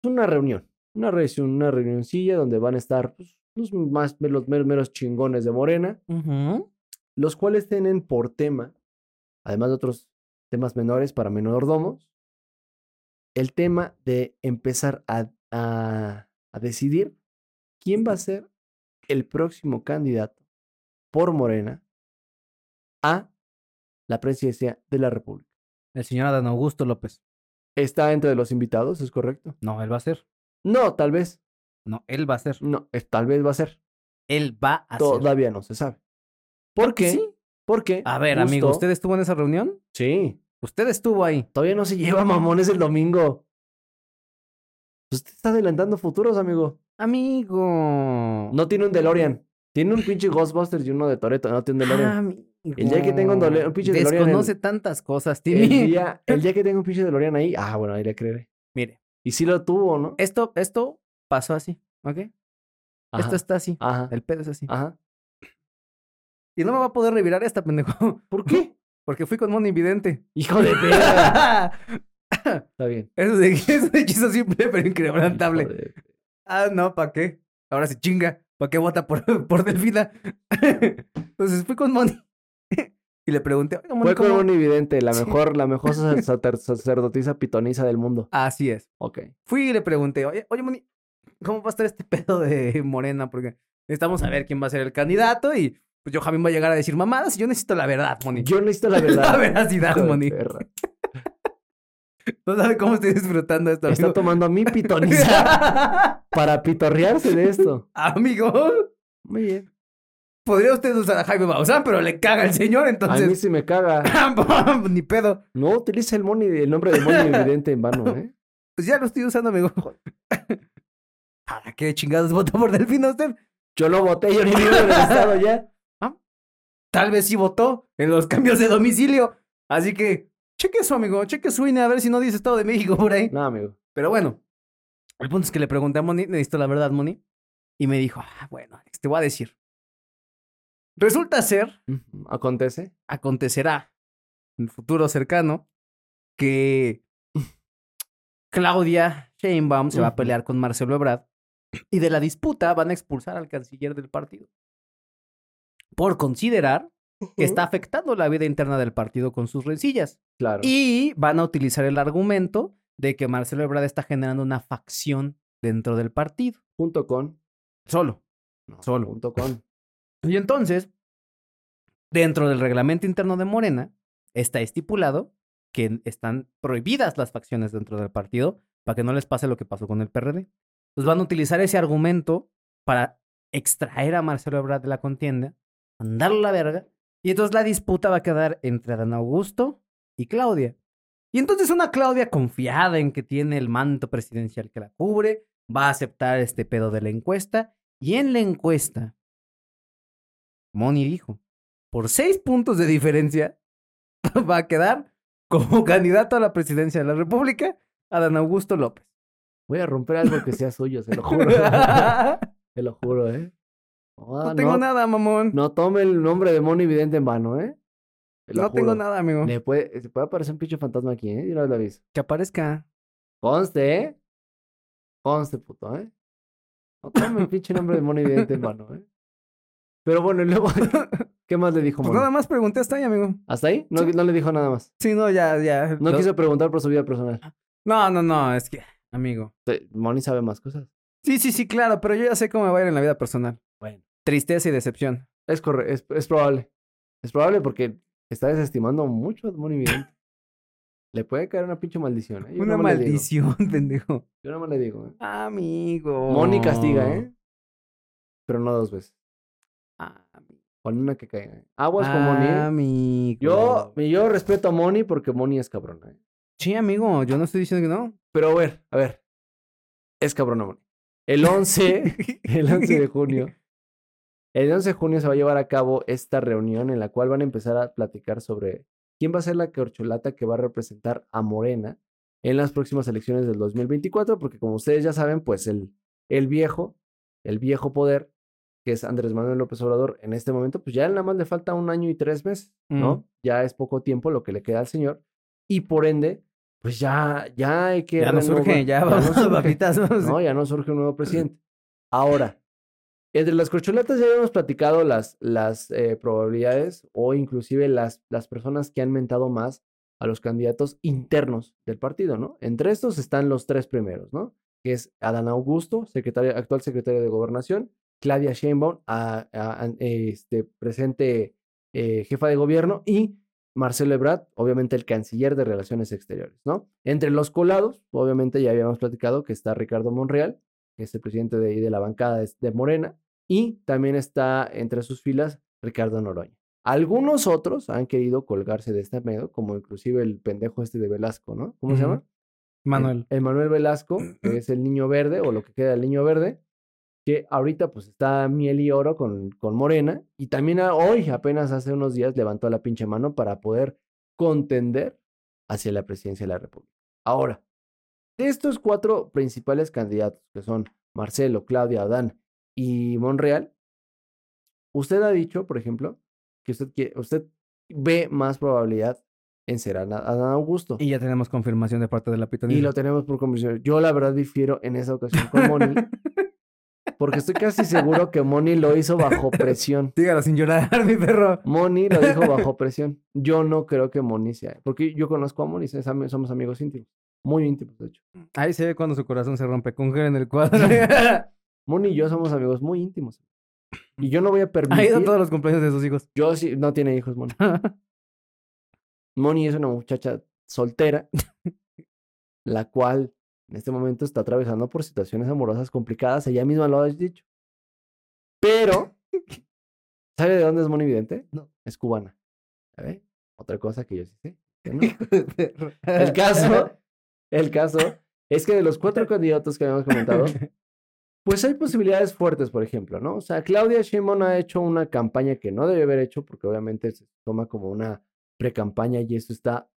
una reunión, una reunión, una reunioncilla donde van a estar pues, los más los meros, meros chingones de Morena, los cuales tienen por tema, además de otros temas menores para menordomos, el tema de empezar a, a- a decidir quién va a ser el próximo candidato por Morena a la presidencia de la República. El señor Adán Augusto López. Está entre los invitados, es correcto. No, él va a ser. No, tal vez. No, él va a ser. No, es- tal vez va a ser. Él va a ser. Todavía no se sabe. ¿Por qué? sí? Porque. A ver, amigo, justo- ¿usted estuvo en esa reunión? Sí. Usted estuvo ahí. Todavía no se lleva mamones el domingo. Usted está adelantando futuros, amigo. Amigo. No tiene un DeLorean. Tiene un pinche Ghostbusters y uno de Toreto. No tiene un DeLorean. Amigo. El día que tenga un dole- un pinche DeLorean en- Ah, Desconoce tantas cosas, Timmy. el, día, el día que tenga un pinche DeLorean ahí. Ah, bueno, ahí le creeré. Mire, Eh, Y sí lo tuvo, ¿no? esto, esto pasó así, ¿ok? Ajá, Ah. Esto está así. Ajá. El pedo es así. Ajá. Y no me va a poder revirar esta, pendejo. ¿Por qué? Porque fui con Moni Invidente. Hijo de perra. eso, Está bien. de, eso de hechizo simple, pero inquebrantable. Hijo de- Ah, no, ¿para qué? Ahora se chinga. ¿Para qué vota por, por Delfina? Entonces fui con Moni. y le pregunté, oiga, Moni, Fue con ¿cómo? un evidente, la Sí. mejor, la mejor sacer- sacer- sacerdotisa pitoniza del mundo. Así es. Ok. Fui y le pregunté, oye, oye, Moni, ¿cómo va a estar este pedo de Morena? Porque necesitamos saber quién va a ser el candidato y pues yo Javín va a llegar a decir mamadas y yo necesito la verdad, Moni. Yo necesito la La verdad. veracidad, hijo de Moni. perra. No sabe cómo estoy disfrutando esto, Está amigo. tomando a mi pitoniza para pitorrearse de esto. amigo, Muy bien. podría usted usar a Jaime Maussan, pero le caga el señor, a mí entonces. sí me caga. Ni pedo. No utiliza el Moni, el nombre de Moni evidente en vano, ¿eh? Pues ya lo estoy usando, amigo. ¿Para qué chingados votó por Delfino usted? Yo lo voté, yo ni vivo en el estado ya. Tal vez sí votó en los cambios de domicilio. Así que, cheque su amigo, cheque su INE a ver si no dice Estado de México por ahí. No, amigo. Pero bueno, el punto es que le pregunté a Moni, necesito la verdad, Moni. Y me dijo, ah, bueno, Alex, te voy a decir. Resulta ser Mm, Acontece. acontecerá en el futuro cercano que Claudia Sheinbaum se va a Ujú. pelear con Marcelo Ebrard y de la disputa van a expulsar al canciller del partido. por considerar que está afectando la vida interna del partido con sus rencillas. Claro. Y van a utilizar el argumento de que Marcelo Ebrard está generando una facción dentro del partido. Punto con. Solo. No, Solo. Punto con. Y entonces, dentro del reglamento interno de Morena, está estipulado que están prohibidas las facciones dentro del partido para que no les pase lo que pasó con el PRD. Entonces van a utilizar ese argumento para extraer a Marcelo Ebrard de la contienda, mandarlo a la verga, y entonces la disputa va a quedar entre Adán Augusto y Claudia. Y entonces una Claudia confiada en que tiene el manto presidencial que la cubre, va a aceptar este pedo de la encuesta, y en la encuesta Moni dijo, por seis puntos de diferencia, va a quedar como candidato a la presidencia de la República Adán Augusto López. Voy a romper algo que sea suyo, se lo juro. no Te lo juro, ¿eh? Ah, tengo nada, mamón. No, No tome el nombre de Moni Vidente en vano, ¿eh? Te lo tengo juro. nada, amigo. Le puede, se puede aparecer un pinche fantasma aquí, ¿eh? Yo no le aviso. Que aparezca. Conste, ¿eh? Conste, puto, ¿eh? No tome el pinche nombre de Moni Vidente en vano, ¿eh? Pero bueno, y luego, ¿qué más le dijo Pues Moni? nada más pregunté hasta ahí, amigo. ¿Hasta ahí? No, no le dijo nada más. Sí, no, ya, ya. No Lo- quiso preguntar por su vida personal. no, no, no, es que, amigo. Te- Moni sabe más cosas. Sí, sí, sí, claro, pero yo ya sé cómo me va a ir en la vida personal. Bueno. Tristeza y decepción. Es, corre es, es probable. Es probable porque está desestimando mucho a Moni Vidente. Le puede caer una pinche maldición, ¿eh? Yo Una nada más le digo. maldición, pendejo. Yo nada más le digo, ¿eh? Amigo. Moni castiga, ¿eh? Pero no dos veces. Ah, Con una que caiga. ¿eh? Aguas con Moni. ¿eh? Amigo. Yo, yo respeto a Moni porque Moni es cabrona. ¿eh? Sí, amigo, yo no estoy diciendo que no. Pero a ver, a ver. Es cabrona Moni. El 11, el 11 de junio. El 11 de junio se va a llevar a cabo esta reunión en la cual van a empezar a platicar sobre quién va a ser la corcholata que va a representar a Morena en las próximas elecciones del 2024, porque como ustedes ya saben, pues el, el viejo, el viejo poder, que es Andrés Manuel López Obrador, en este momento, pues ya nada más le falta un año y tres meses, ¿no? Mm. Ya es poco tiempo lo que le queda al señor, y por ende, pues ya, ya hay que... Ya no renovar, surge, ya no vamos, surge. papitas. vamos. No, ya no surge un nuevo presidente. Ahora, entre las corcholatas ya habíamos platicado las, las eh, probabilidades o inclusive las, las personas que han mentado más a los candidatos internos del partido, ¿no? Entre estos están los tres primeros, ¿no? Que es Adán Augusto, secretario, actual secretario de Gobernación, Claudia Sheinbaum, a- a- a- este, presente eh, jefa de gobierno, y Marcelo Ebrard, obviamente el canciller de Relaciones Exteriores, ¿no? Entre los colados, obviamente ya habíamos platicado que está Ricardo Monreal, que es el presidente de, ahí de la bancada de, de Morena, y también está entre sus filas Ricardo Noroña. Algunos otros han querido colgarse de este medio, como inclusive el pendejo este de Velasco, ¿no? ¿Cómo se Ujú. llama? Manuel. El, el Manuel Eh, Velasco, que es el niño verde o lo que queda del niño verde, que ahorita pues está miel y oro con, con Morena y también a- hoy, apenas hace unos días, levantó la pinche mano para poder contender hacia la presidencia de la República. Ahora, de estos cuatro principales candidatos, que son Marcelo, Claudia, Adán y Monreal, usted ha dicho, por ejemplo, que usted, quie- usted ve más probabilidad en ser Ana- Adán Augusto. Y ya tenemos confirmación de parte de la pitonisa. Y lo tenemos por convicción. Yo la verdad difiero en esa ocasión con Moni. Porque estoy casi seguro que Moni lo hizo bajo presión. Dígalo sin llorar, mi perro. Moni lo dijo bajo presión. Yo no creo que Moni sea. Porque yo conozco a Moni, es ami- somos amigos íntimos. Muy íntimos, de hecho. Ahí se ve cuando su corazón se rompe con gel en el cuadro. Moni y yo somos amigos muy íntimos. Y yo no voy a Ahí permitir. están todos los cumpleaños de sus hijos. Yo sí, no tiene hijos, Moni. Moni es una muchacha soltera, la cual en este momento está atravesando por situaciones amorosas complicadas, ella misma lo ha dicho. Pero, ¿sabe de dónde es Moni Vidente? No. Es cubana. ¿Sabe? Otra cosa que yo sí sé. que no. El caso, el caso es que de los cuatro candidatos que habíamos comentado, pues hay posibilidades fuertes, por ejemplo, ¿no? O sea, Claudia Sheinbaum ha hecho una campaña que no debe haber hecho porque obviamente se toma como una precampaña y eso está,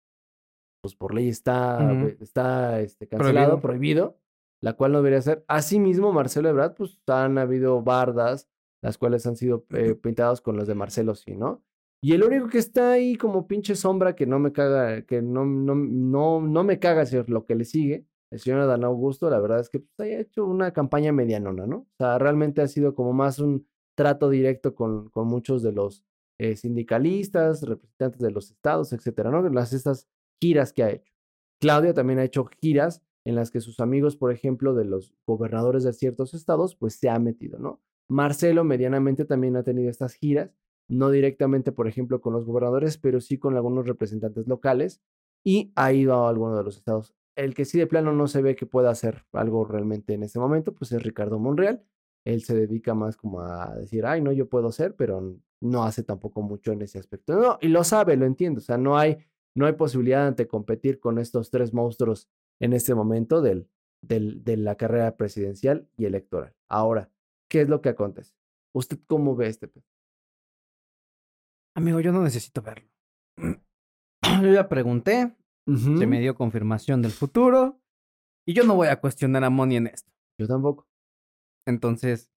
pues por ley está, Ujú. eh, está este, cancelado, Prohibido. prohibido, la cual no debería ser. Asimismo, Marcelo Ebrard, pues han habido bardas, las cuales han sido eh, pintadas con los de Marcelo, sí, ¿no? Y el único que está ahí como pinche sombra que no me caga, que no, no, no, no me caga, señor, lo que le sigue, el señor Adán Augusto, la verdad es que pues, ha hecho una campaña medianona, ¿no? O sea, realmente ha sido como más un trato directo con, con muchos de los eh, sindicalistas, representantes de los estados, etcétera, ¿no? Las, estas giras que ha hecho. Claudia también ha hecho giras en las que sus amigos, por ejemplo, de los gobernadores de ciertos estados, pues se ha metido, ¿no? Marcelo medianamente también ha tenido estas giras, no directamente, por ejemplo, con los gobernadores, pero sí con algunos representantes locales y ha ido a alguno de los estados. El que sí de plano no se ve que pueda hacer algo realmente en este momento, pues es Ricardo Monreal. Él se dedica más como a decir, ay, no, yo puedo hacer, pero no hace tampoco mucho en ese aspecto. No, y lo sabe, lo entiendo. O sea, no hay, no hay posibilidad de competir con estos tres monstruos en este momento del, del, de la carrera presidencial y electoral. Ahora, ¿qué es lo que acontece? ¿Usted cómo ve este pedo? Amigo, yo no necesito verlo. Yo ya pregunté, se me dio confirmación del futuro y yo no voy a cuestionar a Moni en esto. Yo tampoco. Entonces,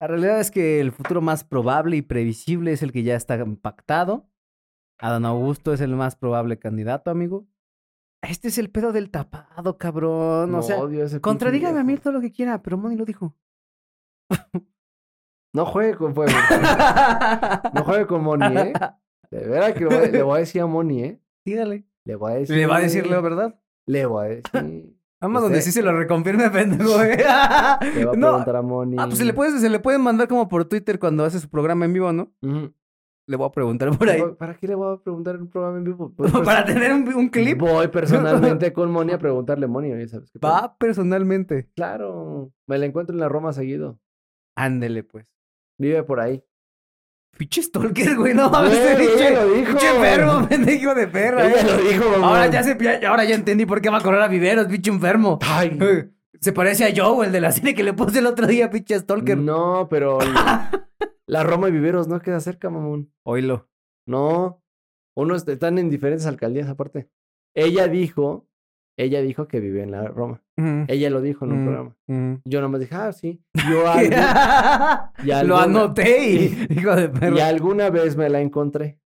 la realidad es que el futuro más probable y previsible es el que ya está pactado. Adán Augusto es el más probable candidato, amigo. Este es el pedo del tapado, cabrón. o sea, odio a ese pinche contradígame a mí viejo. todo lo que quiera, pero Moni lo dijo. No juegue con fuego. no juegue con Moni, ¿eh? De verdad que le voy a- le voy a decir a Moni, ¿eh? Dígale. Le voy a decir. Le va a decir Leo, ¿verdad? Le voy a decir. Vamos Usted- donde sí se lo reconfirme, pendejo. ¿eh? Pues Le va a no. preguntar a Moni. Ah, pues se le, puede, se le pueden mandar como por Twitter cuando hace su programa en vivo, ¿no? Ujú. Le voy a preguntar por ahí. ¿Para qué le voy a preguntar en un programa en vivo? Voy Para tener un, un clip, Voy personalmente con Moni a preguntarle, Moni, oye, ¿sabes qué? pedo? va personalmente. Claro. Me la encuentro en la Roma seguido. Ándele, pues. Vive por ahí. Pinche stalker, güey, no mames. Güey, este ella pinche- lo dijo. Pinche enfermo, pendejo de perra. Ella eh. lo dijo, mamá. Ahora ya, se, ya- ahora ya entendí por qué va a correr a Viveros, pinche enfermo. Ay, Eh, Se parece a Joe, el de la serie que le puse el otro día, pinche stalker. No, pero la- la Roma y Viveros no queda cerca, mamón. Oílo. No. Unos están en diferentes alcaldías aparte. Ella dijo, ella dijo que vive en la Roma. Ella lo dijo en un Mm. programa. Mm. Yo nomás dije, ah, sí. Yo algo- ya Lo alguna- anoté y hijo de perra. y alguna vez me la encontré.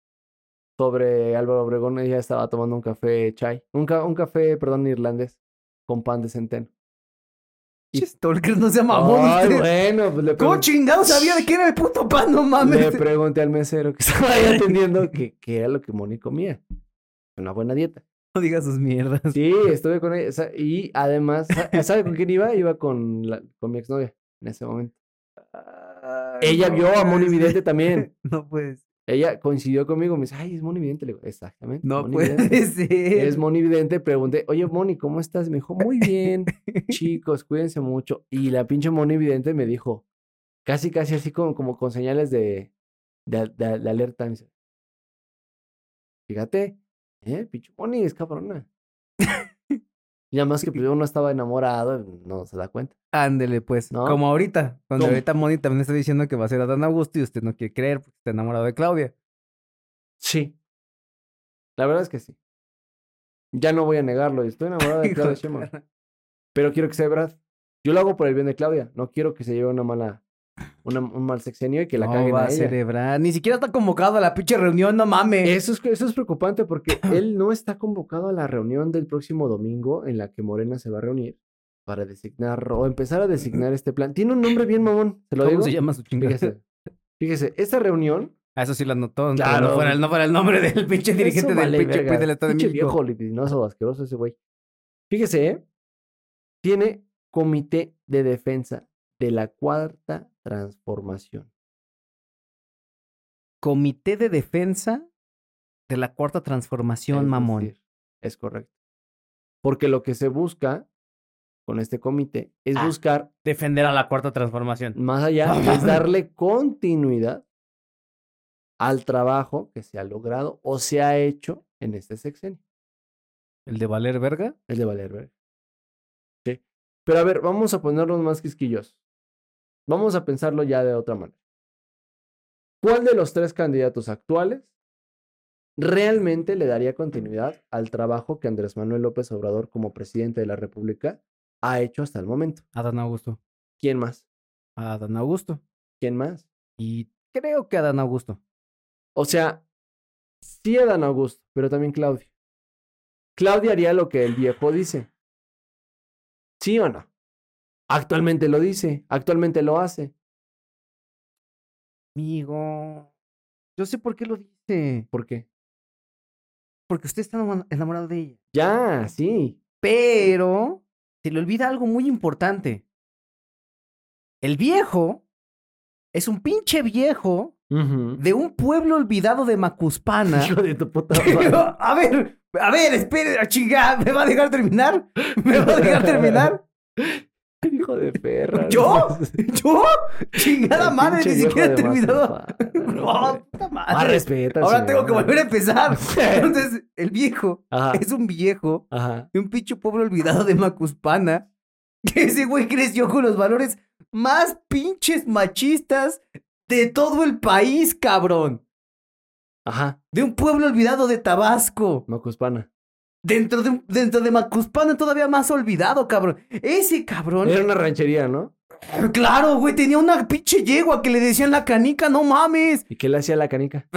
Sobre Álvaro Obregón, ella estaba tomando un café chai. Un, ca- un café, perdón, irlandés. Con pan de centeno. Pinche stalker, no sea mamón Ay, usted. bueno, pues le ¿Cómo pregunté- chingado sabía de qué era el puto pan? No Le mames. pregunté al mesero que estaba ahí atendiendo que, que era lo que Moni comía. Una buena dieta. No digas sus mierdas. Sí, estuve con ella. o sea, y además, ¿sa- ¿sabe con quién iba? Iba con, la- con mi exnovia en ese momento. Ella Ay, no vio a Moni puedes. Vidente también. No puedes. Ella coincidió conmigo. Me dice, ay, es Moni Vidente. Le digo, exactamente. No pues, Moni puede Vidente". ser. Es Moni Vidente. Pregunté, oye, Moni, ¿cómo estás? Y Me dijo, muy bien. Chicos, cuídense mucho. Y la pinche Moni Vidente me dijo, casi, casi así como, como con señales de, de, de- de alerta. me dice, Fíjate, ¿eh? Pinche Moni es cabrona. Ya más que pues, uno estaba enamorado, no se da cuenta. Ándele, pues. ¿No? Como ahorita. Cuando ¿Cómo? ahorita Moni también está diciendo que va a ser Adán Augusto y usted no quiere creer porque está enamorado de Claudia. Sí. La verdad es que sí. Ya no voy a negarlo. Estoy enamorado de Hijo Claudia de Sheinbaum. perra. Pero quiero que sea verdad. Yo lo hago por el bien de Claudia. No quiero que se lleve una mala, una- un mal sexenio y que la no caguen va a a, ella. celebrar. Ni siquiera está convocado a la pinche reunión, no mames. Eso es, eso es preocupante porque e él no está convocado a la reunión del próximo domingo en la que Morena se va a reunir para designar o empezar a designar este plan. Tiene un nombre bien mamón, te lo ¿Cómo digo. se llama su chingada? Fíjese, fíjese, esta reunión Ah, Eso sí lo anotó. entonces Claro. No fuera, el- no fuera el nombre del pinche dirigente Eso del vale pinche verga, PRI del Estado de pinche México. viejo libidinoso asqueroso ese güey. Fíjese, ¿eh? tiene comité de defensa de la cuarta transformación. Comité de Defensa de la Cuarta Transformación, es mamón. decir, es correcto. Porque lo que se busca con este comité es Ah. buscar Defender a la Cuarta Transformación. más allá es darle continuidad al trabajo que se ha logrado o se ha hecho en este sexenio. Mm. ¿El de Valer Verga? Es de valer, ver. Sí. Pero a ver, vamos a ponernos más quisquillosos. Vamos a pensarlo ya de otra manera. ¿Cuál de los tres candidatos actuales realmente le daría continuidad al trabajo que Andrés Manuel López Obrador como presidente de la República ha hecho hasta el momento? Adán Augusto. ¿Quién más? A Adán Augusto. ¿Quién más? Y creo que a Adán Augusto. O sea, sí Adán Augusto, pero también Claudio. Claudio haría lo que el viejo dice. ¿Sí o no? Actualmente lo dice, actualmente lo hace. Amigo. Yo sé por qué lo dice. ¿Por qué? Porque usted está enamo- enamorado de ella. Ya, sí. Pero se le olvida algo muy importante. El viejo es un pinche viejo Ujú. de un pueblo olvidado de Macuspana. Hijo de tu puta madre. a ver, a ver, espere, a chingar, ¿me va a dejar terminar? ¿Me va a dejar terminar? Hijo de perra. ¿Yo? ¿Yo? Chingada El madre, ni pinche viejo siquiera he de terminado. Mazatlán, este No, hombre. puta Ah, madre. respeta. Ahora tengo que señora. volver a empezar. Entonces, el viejo Ajá, es un viejo ajá. de un pinche pueblo olvidado de Macuspana. Que ese güey creció con los valores más pinches machistas de todo el país, cabrón. Ajá. De un pueblo olvidado de Tabasco. Macuspana. Dentro de, un- dentro de Macuspana todavía más olvidado, cabrón. Ese cabrón. Era una ranchería, ¿no? Claro, güey, tenía una pinche yegua que le decían la canica, no mames. ¿Y qué le hacía la canica?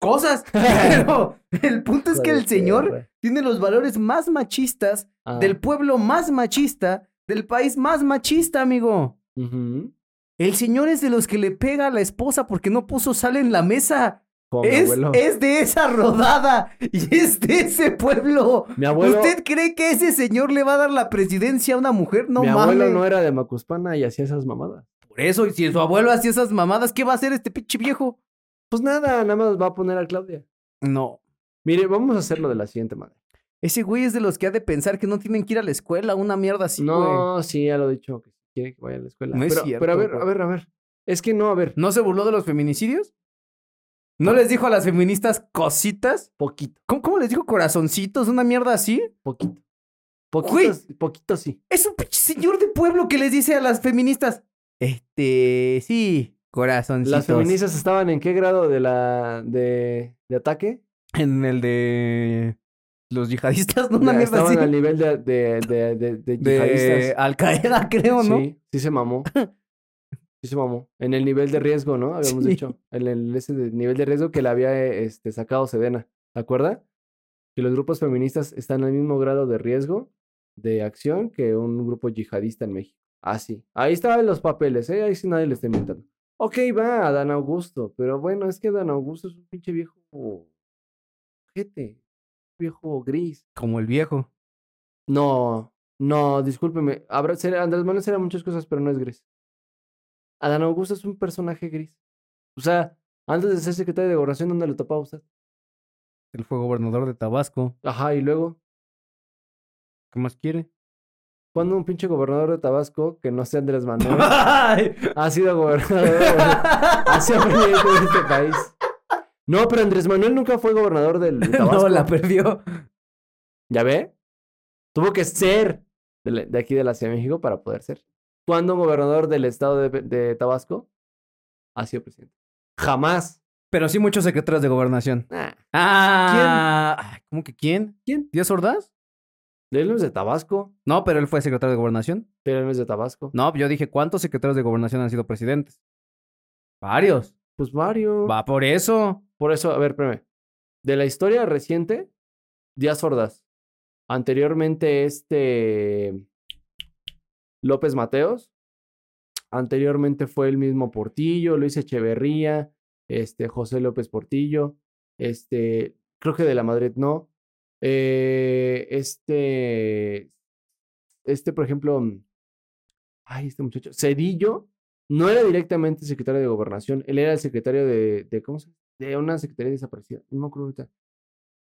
Cosas. Pero el punto es que Hijo de el señor perra. tiene los valores más machistas, Ah, del pueblo más machista, del país más machista, amigo. ujú. El señor es de los que le pega a la esposa porque no puso sal en la mesa. Como Oh, mi Es, abuelo. es de esa rodada y es de ese pueblo. Mi abuelo, Pues ¿Usted cree que ese señor le va a dar la presidencia a una mujer? No mi mames. abuelo no era de Macuspana y hacía esas mamadas. Por eso, y si su abuelo hacía esas mamadas, ¿qué va a hacer este pinche viejo? Pues nada, nada más va a poner a Claudia. No. Mire, vamos a hacerlo de la siguiente manera. Ese güey es de los que ha de pensar que no tienen que ir a la escuela, una mierda así, güey. no, sí, ya lo he dicho, que quiere que vaya a la escuela. No es pero, cierto, pero a ver, güey. a ver, a ver. Es que no, a ver, ¿No se burló de los feminicidios? ¿No les dijo a las feministas cositas? poquito, ¿Cómo, cómo les dijo corazoncitos? ¿Una mierda así? poquito. Güey. Poquito, poquito sí. Es un pinche señor de pueblo que les dice a las feministas. Este, sí, corazoncitos. ¿Las feministas estaban en qué grado de la de, de ataque? En el de los yihadistas, ¿no? Una Ya mierda estaban así. al nivel de, de, de, de, de De yihadistas. Al Qaeda, creo, ¿no? Sí, sí se mamó. Sí se mamó. En el nivel de riesgo, ¿no? Habíamos Sí. dicho. En el ese de- nivel de riesgo que le había eh, este, sacado Sedena. ¿Te acuerdas? Que los grupos feministas están al mismo grado de riesgo de acción que un grupo yihadista en México. Así. Ahí estaban los papeles, ¿eh? Ahí sí nadie le está inventando. Ok, va a Dan Augusto, pero bueno, es que Dan Augusto es un pinche viejo. Gente. Viejo gris. Como el viejo. No, no, discúlpeme. Habrá- ser- Andrés Manuel será muchas cosas, pero no es gris. Adán Augusto es un personaje gris. O sea, antes de ser secretario de gobernación, ¿dónde lo topaba usted? Él fue gobernador de Tabasco. Ajá, y luego, ¿Qué más quiere? ¿cuándo un pinche gobernador de Tabasco que no sea Andrés Manuel ¡Ay! ha sido gobernador? ha sido presidente de este país. No, pero Andrés Manuel nunca fue gobernador del de Tabasco. No, la perdió. ¿Ya ve? Tuvo que ser de, la- de aquí de la Ciudad de México para poder ser. ¿Cuándo un gobernador del estado de, Pe- de Tabasco ha sido presidente? Jamás. Pero sí muchos secretarios de gobernación. Nah. Ah, ay, ¿cómo que quién? ¿Quién? ¿Díaz Ordaz? Él no es de Tabasco, No, pero él fue secretario de gobernación. pero él no es de Tabasco. No, yo dije, ¿cuántos secretarios de gobernación han sido presidentes? Varios. Pues Mario. Va por eso. Por eso, a ver, espérame. De la historia reciente, Díaz Ordaz. Anteriormente, este. López Mateos. Anteriormente fue el mismo Portillo, Luis Echeverría, este, José López Portillo. Este. Creo que de la Madrid no. Eh, este. Este, por ejemplo. mm, Ay, este muchacho. Cedillo no era directamente secretario de gobernación. Él era el secretario de. de ¿Cómo se llama? de una secretaría desaparecida, no me acuerdo ahorita,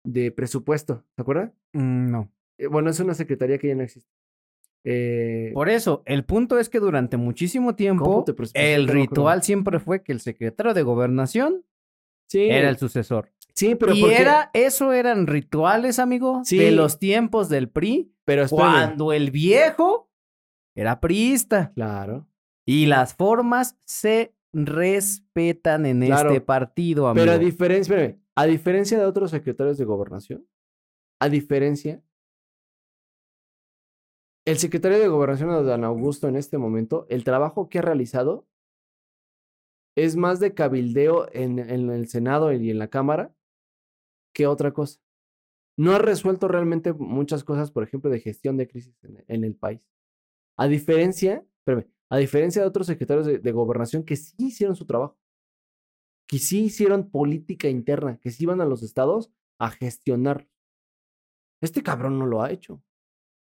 de presupuesto, ¿te acuerdas? Mm, no. Eh, bueno, es una secretaría que ya no existe. Eh, Por eso, el punto es que durante muchísimo tiempo, ¿cómo te presupuestas? el No me acuerdo. ritual siempre fue que el secretario de gobernación Sí, era el sucesor. sí, pero y porque- era, eso eran rituales, amigo, Sí. de los tiempos del PRI, pero espérame. cuando el viejo era priista. Claro. Y las formas se respetan en Claro. este partido, amigo. Pero a diferencia, espérame, a diferencia de otros secretarios de gobernación, a diferencia, el secretario de gobernación de Dan Augusto en este momento, el trabajo que ha realizado es más de cabildeo en, en el Senado y en la Cámara que otra cosa. No ha resuelto realmente muchas cosas, por ejemplo, de gestión de crisis en, en el país. A diferencia, espérame, a diferencia de otros secretarios de- de gobernación que sí hicieron su trabajo que sí hicieron política interna, que sí iban a los estados a gestionar. Este cabrón no lo ha hecho.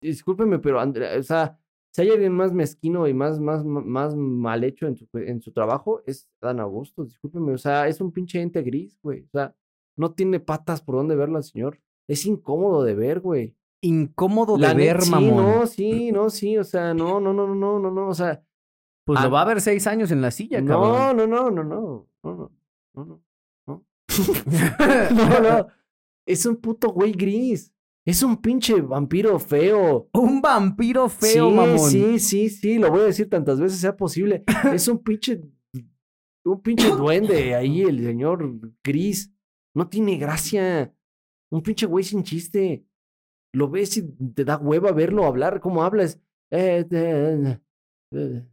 Discúlpeme, pero Andrea, o sea, si hay alguien más mezquino y más, más, más mal hecho en su, en su trabajo, es Dan Augusto, discúlpeme. O sea, es un pinche ente gris, güey. O sea, no tiene patas por dónde verlo al señor. Es incómodo de ver, güey. Incómodo de La net- ver, sí, mamón. no, sí, no, sí, o sea, no, no, no, no, no, no, no, o sea, Pues Ah. lo va a ver seis años en la silla, no, cabrón. no, no, no, no, no, no, no, no, no, no, no, es un puto güey gris, es un pinche vampiro feo. Un vampiro feo, sí, mamón. sí, sí, sí, lo voy a decir tantas veces sea posible, es un pinche, un pinche duende ahí, el señor gris, no tiene gracia, un pinche güey sin chiste, lo ves y te da hueva verlo hablar, cómo hablas. Eh, eh, eh,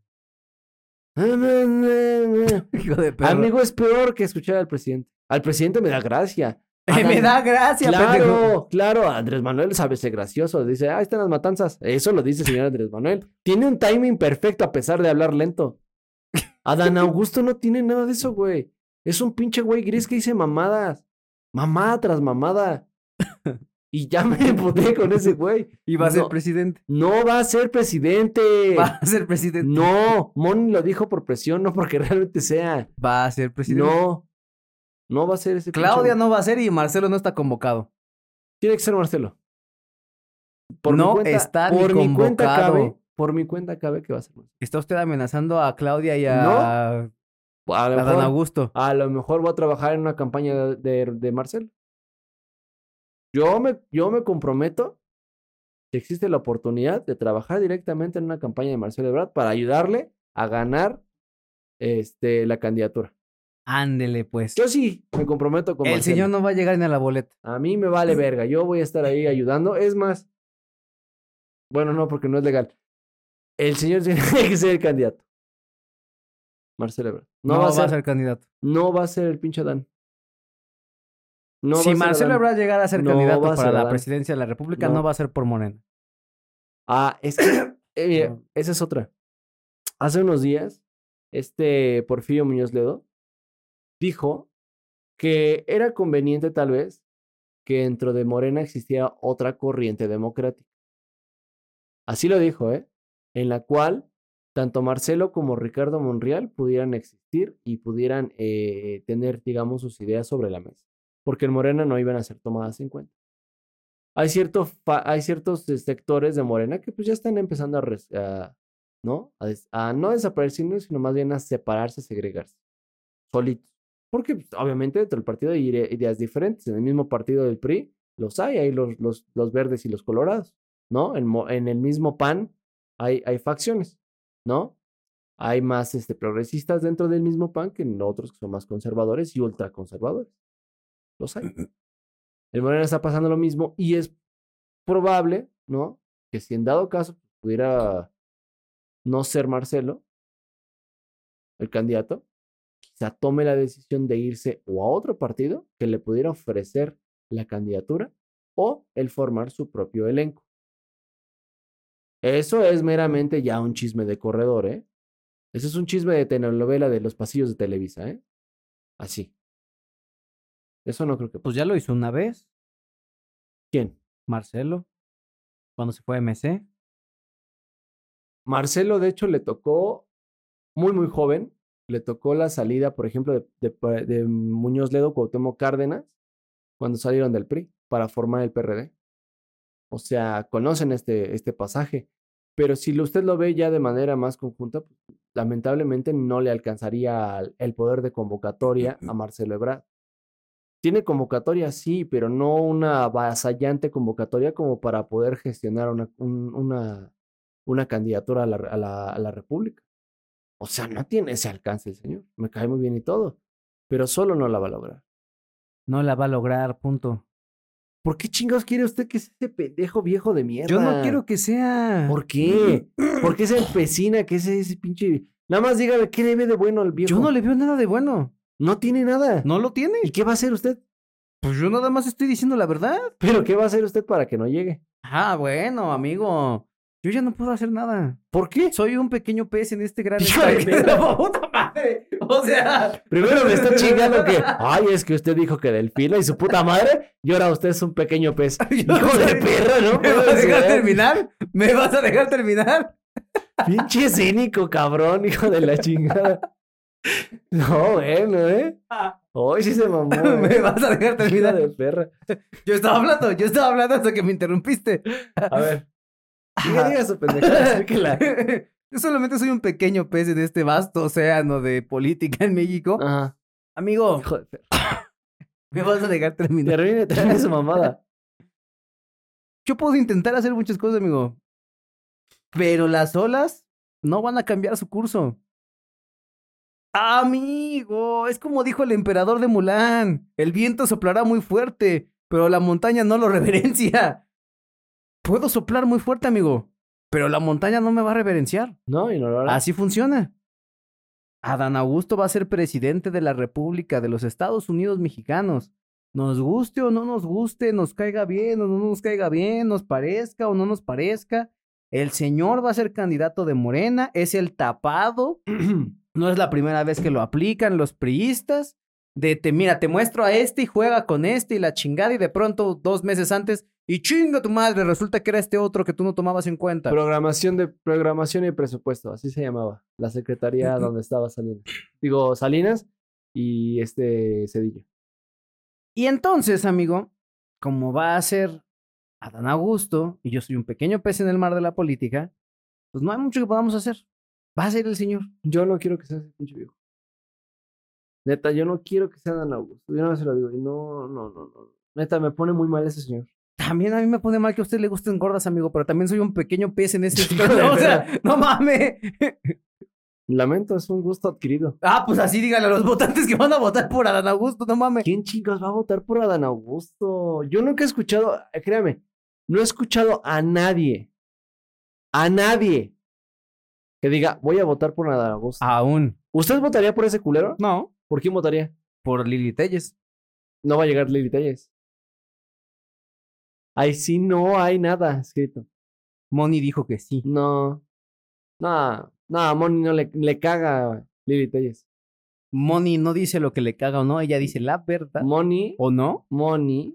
eh. Hijo de perro. Amigo, es peor que escuchar al presidente. Al presidente me da gracia. Me Hagan- da gracia, pendejo. Claro, claro. Andrés Manuel sabe ser gracioso. Dice, ah, están las matanzas. Eso lo dice el señor Andrés Manuel. Tiene un timing perfecto a pesar de hablar lento. Adán Augusto no tiene nada de eso, güey. Es un pinche güey gris que dice mamadas. Mamada tras mamada. Y ya me emputé con ese güey. Y va a ser No. presidente. No va a ser presidente. Va a ser presidente. No, Moni lo dijo por presión, no porque realmente sea. Va a ser presidente. No, no va a ser ese. pinche Claudia güey. no va a ser y Marcelo no está convocado. Tiene que ser Marcelo. mi No está ni por mi cuenta convocado. cabe, por mi cuenta cabe que va a ser Marcelo. Está usted amenazando a Claudia y a, No. a A lo, Dan mejor, Augusto. a lo mejor voy a trabajar en una campaña de, de- de Marcelo. Yo me, yo me comprometo, si existe la oportunidad, de trabajar directamente en una campaña de Marcelo Ebrard para ayudarle a ganar este, la candidatura. Ándele, pues. Yo sí me comprometo con El Marcelo. señor no va a llegar ni a la boleta. A mí me vale verga. Yo voy a estar ahí ayudando. Es más, bueno, no, porque no es legal. El señor tiene que ser el candidato. Marcelo Ebrard. No, va, a ser, candidato. no va a ser el pinche Dan. No si va a ser Marcelo Adán. Ebrard llegara a ser No candidato va a para ser la Adán. presidencia de la República, No. no, va a ser por Morena. Ah, es que, eh, mira, No. esa es otra. Hace unos días, este Porfirio Muñoz Ledo dijo que era conveniente tal vez que dentro de Morena existiera otra corriente democrática. Así lo dijo, ¿eh? En la cual tanto Marcelo como Ricardo Monreal pudieran existir y pudieran eh, tener, digamos, sus ideas sobre la mesa, porque en Morena no iban a ser tomadas en cuenta hay, cierto fa- hay ciertos eh, sectores de Morena que pues ya están empezando a, res- a, ¿no? A, des- a no desaparecer, sino más bien a separarse, a segregarse, solitos. Porque pues, obviamente dentro del partido hay ide- ideas diferentes. En el mismo partido del PRI los hay, hay los, los, los verdes y los colorados, ¿no? En, mo- en el mismo PAN hay, hay facciones, ¿no? Hay más este, progresistas dentro del mismo PAN que en otros que son más conservadores y ultraconservadores. Los hay. El Morena está pasando lo mismo y es probable, ¿no? Que si en dado caso pudiera no ser Marcelo, el candidato, quizá tome la decisión de irse o a otro partido que le pudiera ofrecer la candidatura o el formar su propio elenco. Eso es meramente ya un chisme de corredor, ¿eh? Eso es un chisme de telenovela de los pasillos de Televisa, ¿eh? Así. Eso no creo que pase. Pues ya lo hizo una vez, ¿Quién? Marcelo, cuando se fue a MC. Marcelo, de hecho, le tocó muy, muy joven. Le tocó la salida, por ejemplo, de, de pa- de Muñoz Ledo, Cuauhtémoc Cárdenas, cuando salieron del PRI para formar el PRD. O sea, conocen este, este pasaje. Pero si lo- usted lo ve ya de manera más conjunta, pues, lamentablemente no le alcanzaría al- el poder de convocatoria a Marcelo Ebrard. Tiene convocatoria, sí, pero no una avasallante convocatoria como para poder gestionar una, un- una, una candidatura a la, a la- a la República. O sea, no tiene ese alcance el señor. Me cae muy bien y todo, pero solo no la va a lograr. No la va a lograr, punto. ¿Por qué chingados quiere usted que sea ese pendejo viejo de mierda? Yo no quiero que sea. ¿Por qué? ¿Por qué se empecina que ese, ese pinche... Nada más dígame, ¿qué le ve de bueno al viejo? Yo no le veo nada de bueno. No tiene nada. No lo tiene. ¿Y qué va a hacer usted? Pues yo nada más estoy diciendo la verdad. ¿Pero qué va a hacer usted para que no llegue? Ah, bueno, amigo. Yo ya no puedo hacer nada. ¿Por qué? Soy un pequeño pez en este gran Hijo de estanque de la puta madre. O sea, Primero me está chingando que, ay, es que usted dijo que del filo y su puta madre, y ahora usted es un pequeño pez. Hijo de perra, ¿no? ¿me vas a dejar terminar? ¿Me vas a dejar terminar? Pinche cínico, cabrón, hijo de la chingada. No, bueno, ¿eh? Hoy sí se mamó. ¿eh? ¿Me vas a dejar Hijo terminar? de perra. Yo estaba hablando, yo estaba hablando hasta que me interrumpiste. A ver. Diga, diga su pendejada, explíquela. Yo solamente soy un pequeño pez en este vasto océano de política en México. Ajá. Amigo, Hijo de perra. me vas a dejar terminar. Termine, termine su mamada. Yo puedo intentar hacer muchas cosas, amigo. Pero las olas no van a cambiar su curso. Amigo, es como dijo el emperador de Mulán. El viento soplará muy fuerte, pero la montaña no lo reverencia. Puedo soplar muy fuerte, amigo, pero la montaña no me va a reverenciar. No, y no lo hará. Así funciona. Adán Augusto va a ser presidente de la República de los Estados Unidos Mexicanos. Nos guste o no nos guste, nos caiga bien o no nos caiga bien, nos parezca o no nos parezca. El señor va a ser candidato de Morena, es el tapado. No es la primera vez que lo aplican los priistas. De te, mira, te muestro a este y juega con este y la chingada, y de pronto dos meses antes, y chinga tu madre, resulta que era este otro que tú no tomabas en cuenta. Programación de programación y presupuesto, así se llamaba. La secretaría donde estaba Salinas. Digo, Salinas y este Cedillo. Y entonces, amigo, como va a ser Adán Augusto y yo soy un pequeño pez en el mar de la política, pues no hay mucho que podamos hacer. Va a ser el señor. Yo no quiero que sea ese pinche viejo. Neta, yo no quiero que sea Dan Augusto. Yo no se lo digo. Y no, no, no, no. Neta, me pone muy mal ese señor. También a mí me pone mal que a usted le gusten gordas, amigo, pero también soy un pequeño pez en ese... no, o sea, no mames. Lamento, es un gusto adquirido. Ah, pues así dígale a los votantes que van a votar por Adán Augusto, no mames. ¿Quién chicos va a votar por Adán Augusto? Yo nunca he escuchado, eh, créame, no he escuchado a nadie, a nadie que diga, voy a votar por Adán Augusto. Ah. Aún. ¿Usted votaría por ese culero? No, ¿Por quién votaría? por Lili Telles. No va a llegar Lili Telles. Ahí sí no hay nada escrito. Moni dijo que sí. No. No, no, Moni no le, le caga Lili Telles. Moni no dice lo que le caga o no, ella dice la verdad. Moni, ¿O no? Moni.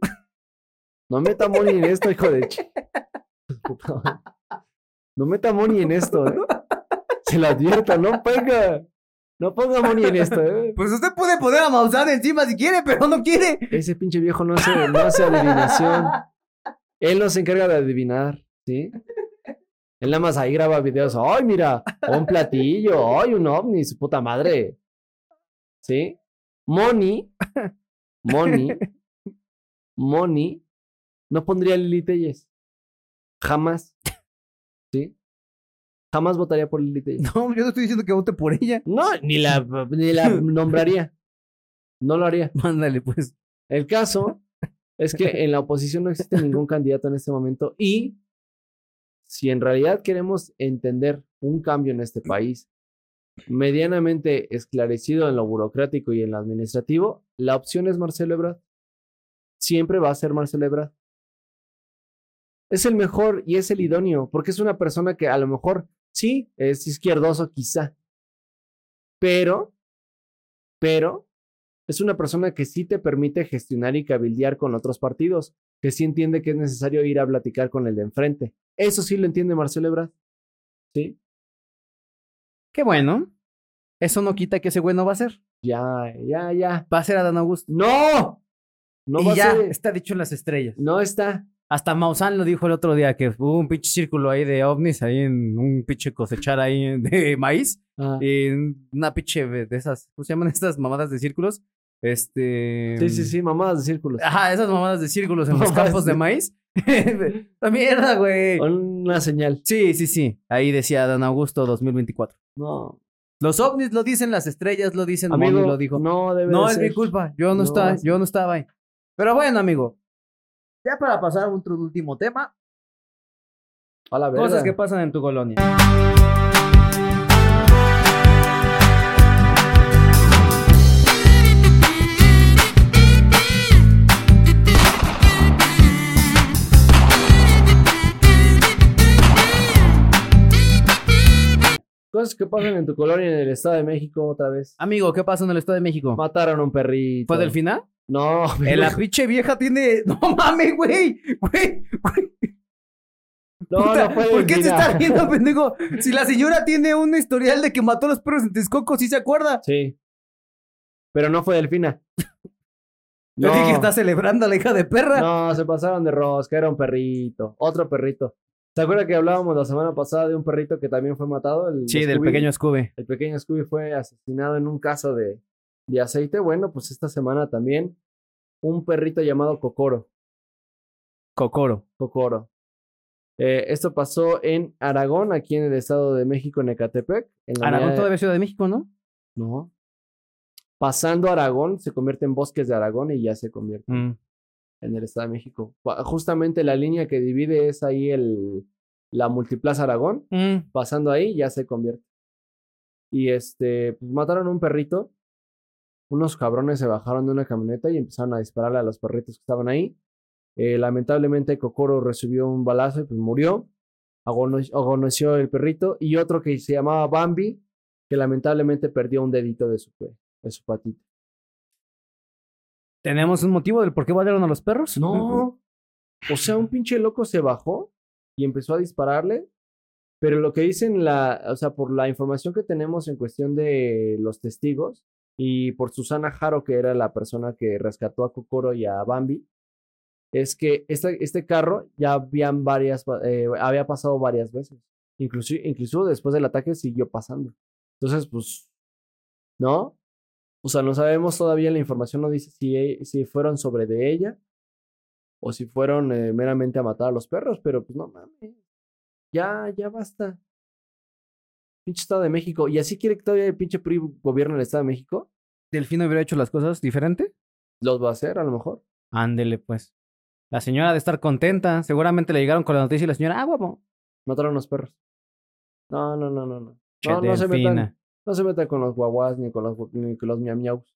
No meta a Moni en esto, hijo de ch... Puta madre. No meta a Moni en esto, ¿eh? Se lo advierto, no ponga. No ponga a Moni en esto, ¿eh? Pues usted puede poner a Maussan encima si quiere, pero no quiere. Ese pinche viejo no hace, no hace adivinación. Él no se encarga de adivinar, ¿sí? Él nada más ahí graba videos. ¡Ay, mira! Un platillo. ¡Ay, un ovni! ¡Su puta madre! ¿Sí? Moni. Moni. Moni. No pondría a Lili Telles. Jamás. ¿Sí? Jamás votaría por Lili Telles. No, yo no estoy diciendo que vote por ella. No, ni la, ni la nombraría. No lo haría. Mándale, pues. El caso es que en la oposición no existe ningún candidato en este momento y si en realidad queremos entender un cambio en este país medianamente esclarecido en lo burocrático y en lo administrativo, la opción es Marcelo Ebrard. Siempre va a ser Marcelo Ebrard. Es el mejor y es el idóneo, porque es una persona que a lo mejor sí es izquierdoso quizá, pero, pero es una persona que sí te permite gestionar y cabildear con otros partidos, que sí entiende que es necesario ir a platicar con el de enfrente. Eso sí lo entiende Marcelo Ebrard. Sí, Qué bueno. Eso no quita que ese güey no va a ser. ya, ya, ya. Va a ser Adán Augusto. ¡No! No y va a ya ser- está dicho en las estrellas. No está. Hasta Maussan lo dijo el otro día que hubo un pinche círculo ahí de ovnis, ahí en un pinche cosechar ahí de maíz. Ah, Y en una pinche de de esas, ¿cómo se llaman estas mamadas de círculos? Este. mm, sí, sí, sí, mamadas de círculos. Ajá, esas mamadas de círculos en los Mamadas campos de de- maíz. La mierda, güey. Una señal. Sí, sí, sí. Ahí decía Dan Augusto 2024. No. Los ovnis lo dicen, las estrellas lo dicen, Amigo, Moni lo dijo. No, no debe de es ser. mi culpa. Yo no, No, estaba, es- yo no estaba ahí. Pero bueno, amigo. Ya para pasar a otro último tema, A la cosas verga. que pasan en tu colonia. Cosas ¿Qué pasa en tu colonia en el Estado de México otra vez? Amigo, ¿qué pasó en el Estado de México? Mataron a un perrito. Ah, ¿Fue Delfina? No, Eh, La pinche vieja tiene. No mames, güey. Güey, güey. no, puta, no fue ¿Por qué te Delfina. estás riendo, pendejo? Si la señora tiene un historial de que mató a los perros en Texcoco, sí se acuerda. Sí. Pero no fue Delfina. Yo dije que está celebrando a la hija de perra. No, se pasaron de rosca, era un perrito, otro perrito. ¿Se acuerda que hablábamos la semana pasada de un perrito que también fue matado? El sí, del Scooby? pequeño Scooby. El pequeño Scooby fue asesinado en un caso de, de aceite. Bueno, pues esta semana también un perrito llamado Cocoro. Cocoro. Cocoro. Eh, esto pasó en Aragón, aquí en el Estado de México, en Ecatepec. En la Aragón unidad- todavía es Ciudad de México, ¿no? No. Pasando a Aragón, se convierte en Bosques de Aragón y ya se convierte en el Estado de México. Pa- Justamente la línea que divide es ahí el, la Multiplaza Aragón. Mm. Pasando ahí ya se convierte. Y este, pues mataron un perrito. Unos cabrones se bajaron de una camioneta y empezaron a dispararle a los perritos que estaban ahí. Eh, lamentablemente Kokoro recibió un balazo y pues murió. Agono- Agoneció el perrito. Y otro que se llamaba Bambi, que lamentablemente perdió un dedito de su, pe- de su patita. ¿Tenemos un motivo del por qué balearon a los perros? No. O sea, un pinche loco se bajó y empezó a dispararle. Pero lo que dicen la, o sea, por la información que tenemos en cuestión de los testigos y por Susana Jaro, que era la persona que rescató a Kokoro y a Bambi, es que este, este carro ya habían varias, va- eh, había pasado varias veces. Inclusive, incluso después del ataque siguió pasando. Entonces, pues, ¿no? O sea, no sabemos todavía, la información no dice si, e- si fueron sobre de ella o si fueron eh, meramente a matar a los perros, pero pues no mames. Ya, ya basta. Pinche Estado de México. ¿Y así quiere que todavía el pinche PRI gobierne el Estado de México? ¿Delfino hubiera hecho las cosas diferente? Los va a hacer, a lo mejor. Ándele, pues. La señora ha de estar contenta. Seguramente le llegaron con la noticia y la señora, ah, huevo. Mataron a los perros. No, no, no, no, no. Che, No, no se metan. Delfina. No se metan con los guaguas ni con los, gu- ni con los miau miaus.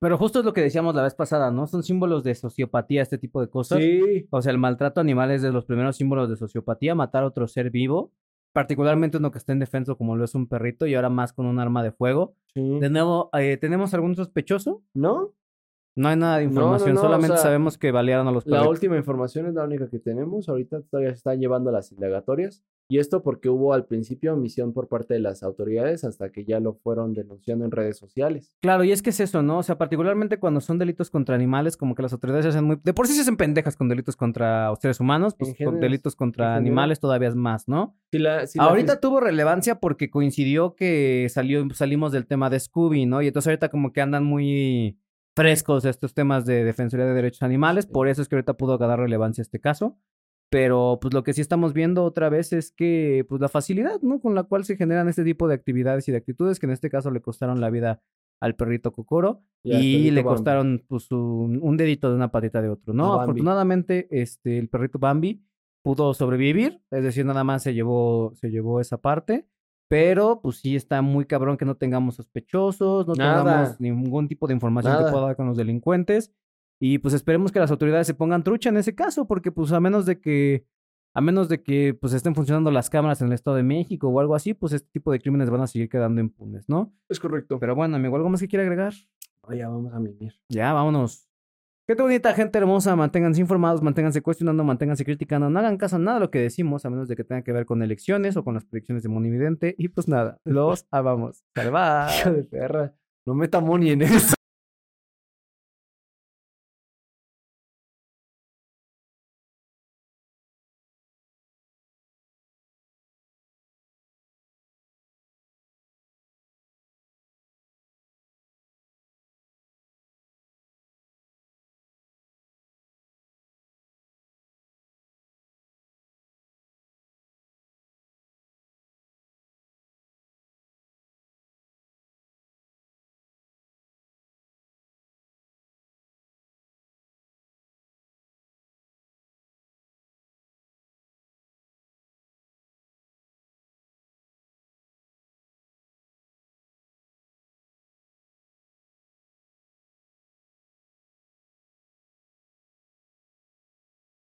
Pero justo es lo que decíamos la vez pasada, ¿no? Son símbolos de sociopatía, este tipo de cosas. Sí. O sea, el maltrato animal es de los primeros símbolos de sociopatía, matar a otro ser vivo, particularmente uno que está indefenso como lo es un perrito y ahora más con un arma de fuego. sí. De nuevo, eh, ¿tenemos algún sospechoso? ¿No? No hay nada de No, no, información, no, o solamente sea, sabemos que balearon a los La perritos. última información es la única que tenemos. Ahorita todavía se están llevando las indagatorias. Y esto porque hubo al principio omisión por parte de las autoridades hasta que ya lo fueron denunciando en redes sociales. Claro, y es que es eso, ¿no? O sea, particularmente cuando son delitos contra animales, como que las autoridades se hacen muy... De por sí se hacen pendejas con delitos contra seres humanos, pues En con general, delitos contra general. animales todavía es más, ¿no? Si la- si la ahorita fis- tuvo relevancia porque coincidió que salió, salimos del tema de Scooby, ¿no? Y entonces ahorita como que andan muy frescos estos temas de Defensoría de Derechos Animales, por eso es que ahorita pudo ganar relevancia este caso. Pero pues lo que sí estamos viendo otra vez es que pues la facilidad, ¿no? Con la cual se generan este tipo de actividades y de actitudes que en este caso le costaron la vida al perrito Cocoro ya, y perrito le Bambi. costaron pues un, un dedito de una patita de otro, A ¿no? Bambi. Afortunadamente, este, el perrito Bambi pudo sobrevivir, es decir, nada más se llevó, se llevó esa parte, pero pues sí está muy cabrón que no tengamos sospechosos, no Nada. tengamos ningún tipo de información que Nada. pueda dar con los delincuentes y pues esperemos que las autoridades se pongan trucha en ese caso, porque pues a menos de que a menos de que pues estén funcionando las cámaras en el Estado de México o algo así, pues este tipo de crímenes van a seguir quedando impunes, ¿no? Es correcto. Pero bueno, amigo, ¿algo más que quiera agregar? Ay, ya vamos a mimir. Ya, vámonos. Qué bonita gente hermosa, manténganse informados, manténganse cuestionando, manténganse criticando, no hagan caso a nada de lo que decimos, a menos de que tenga que ver con elecciones o con las predicciones de Monividente. Y pues nada, los amamos. Salva. Hijo de perra. No meta money en eso.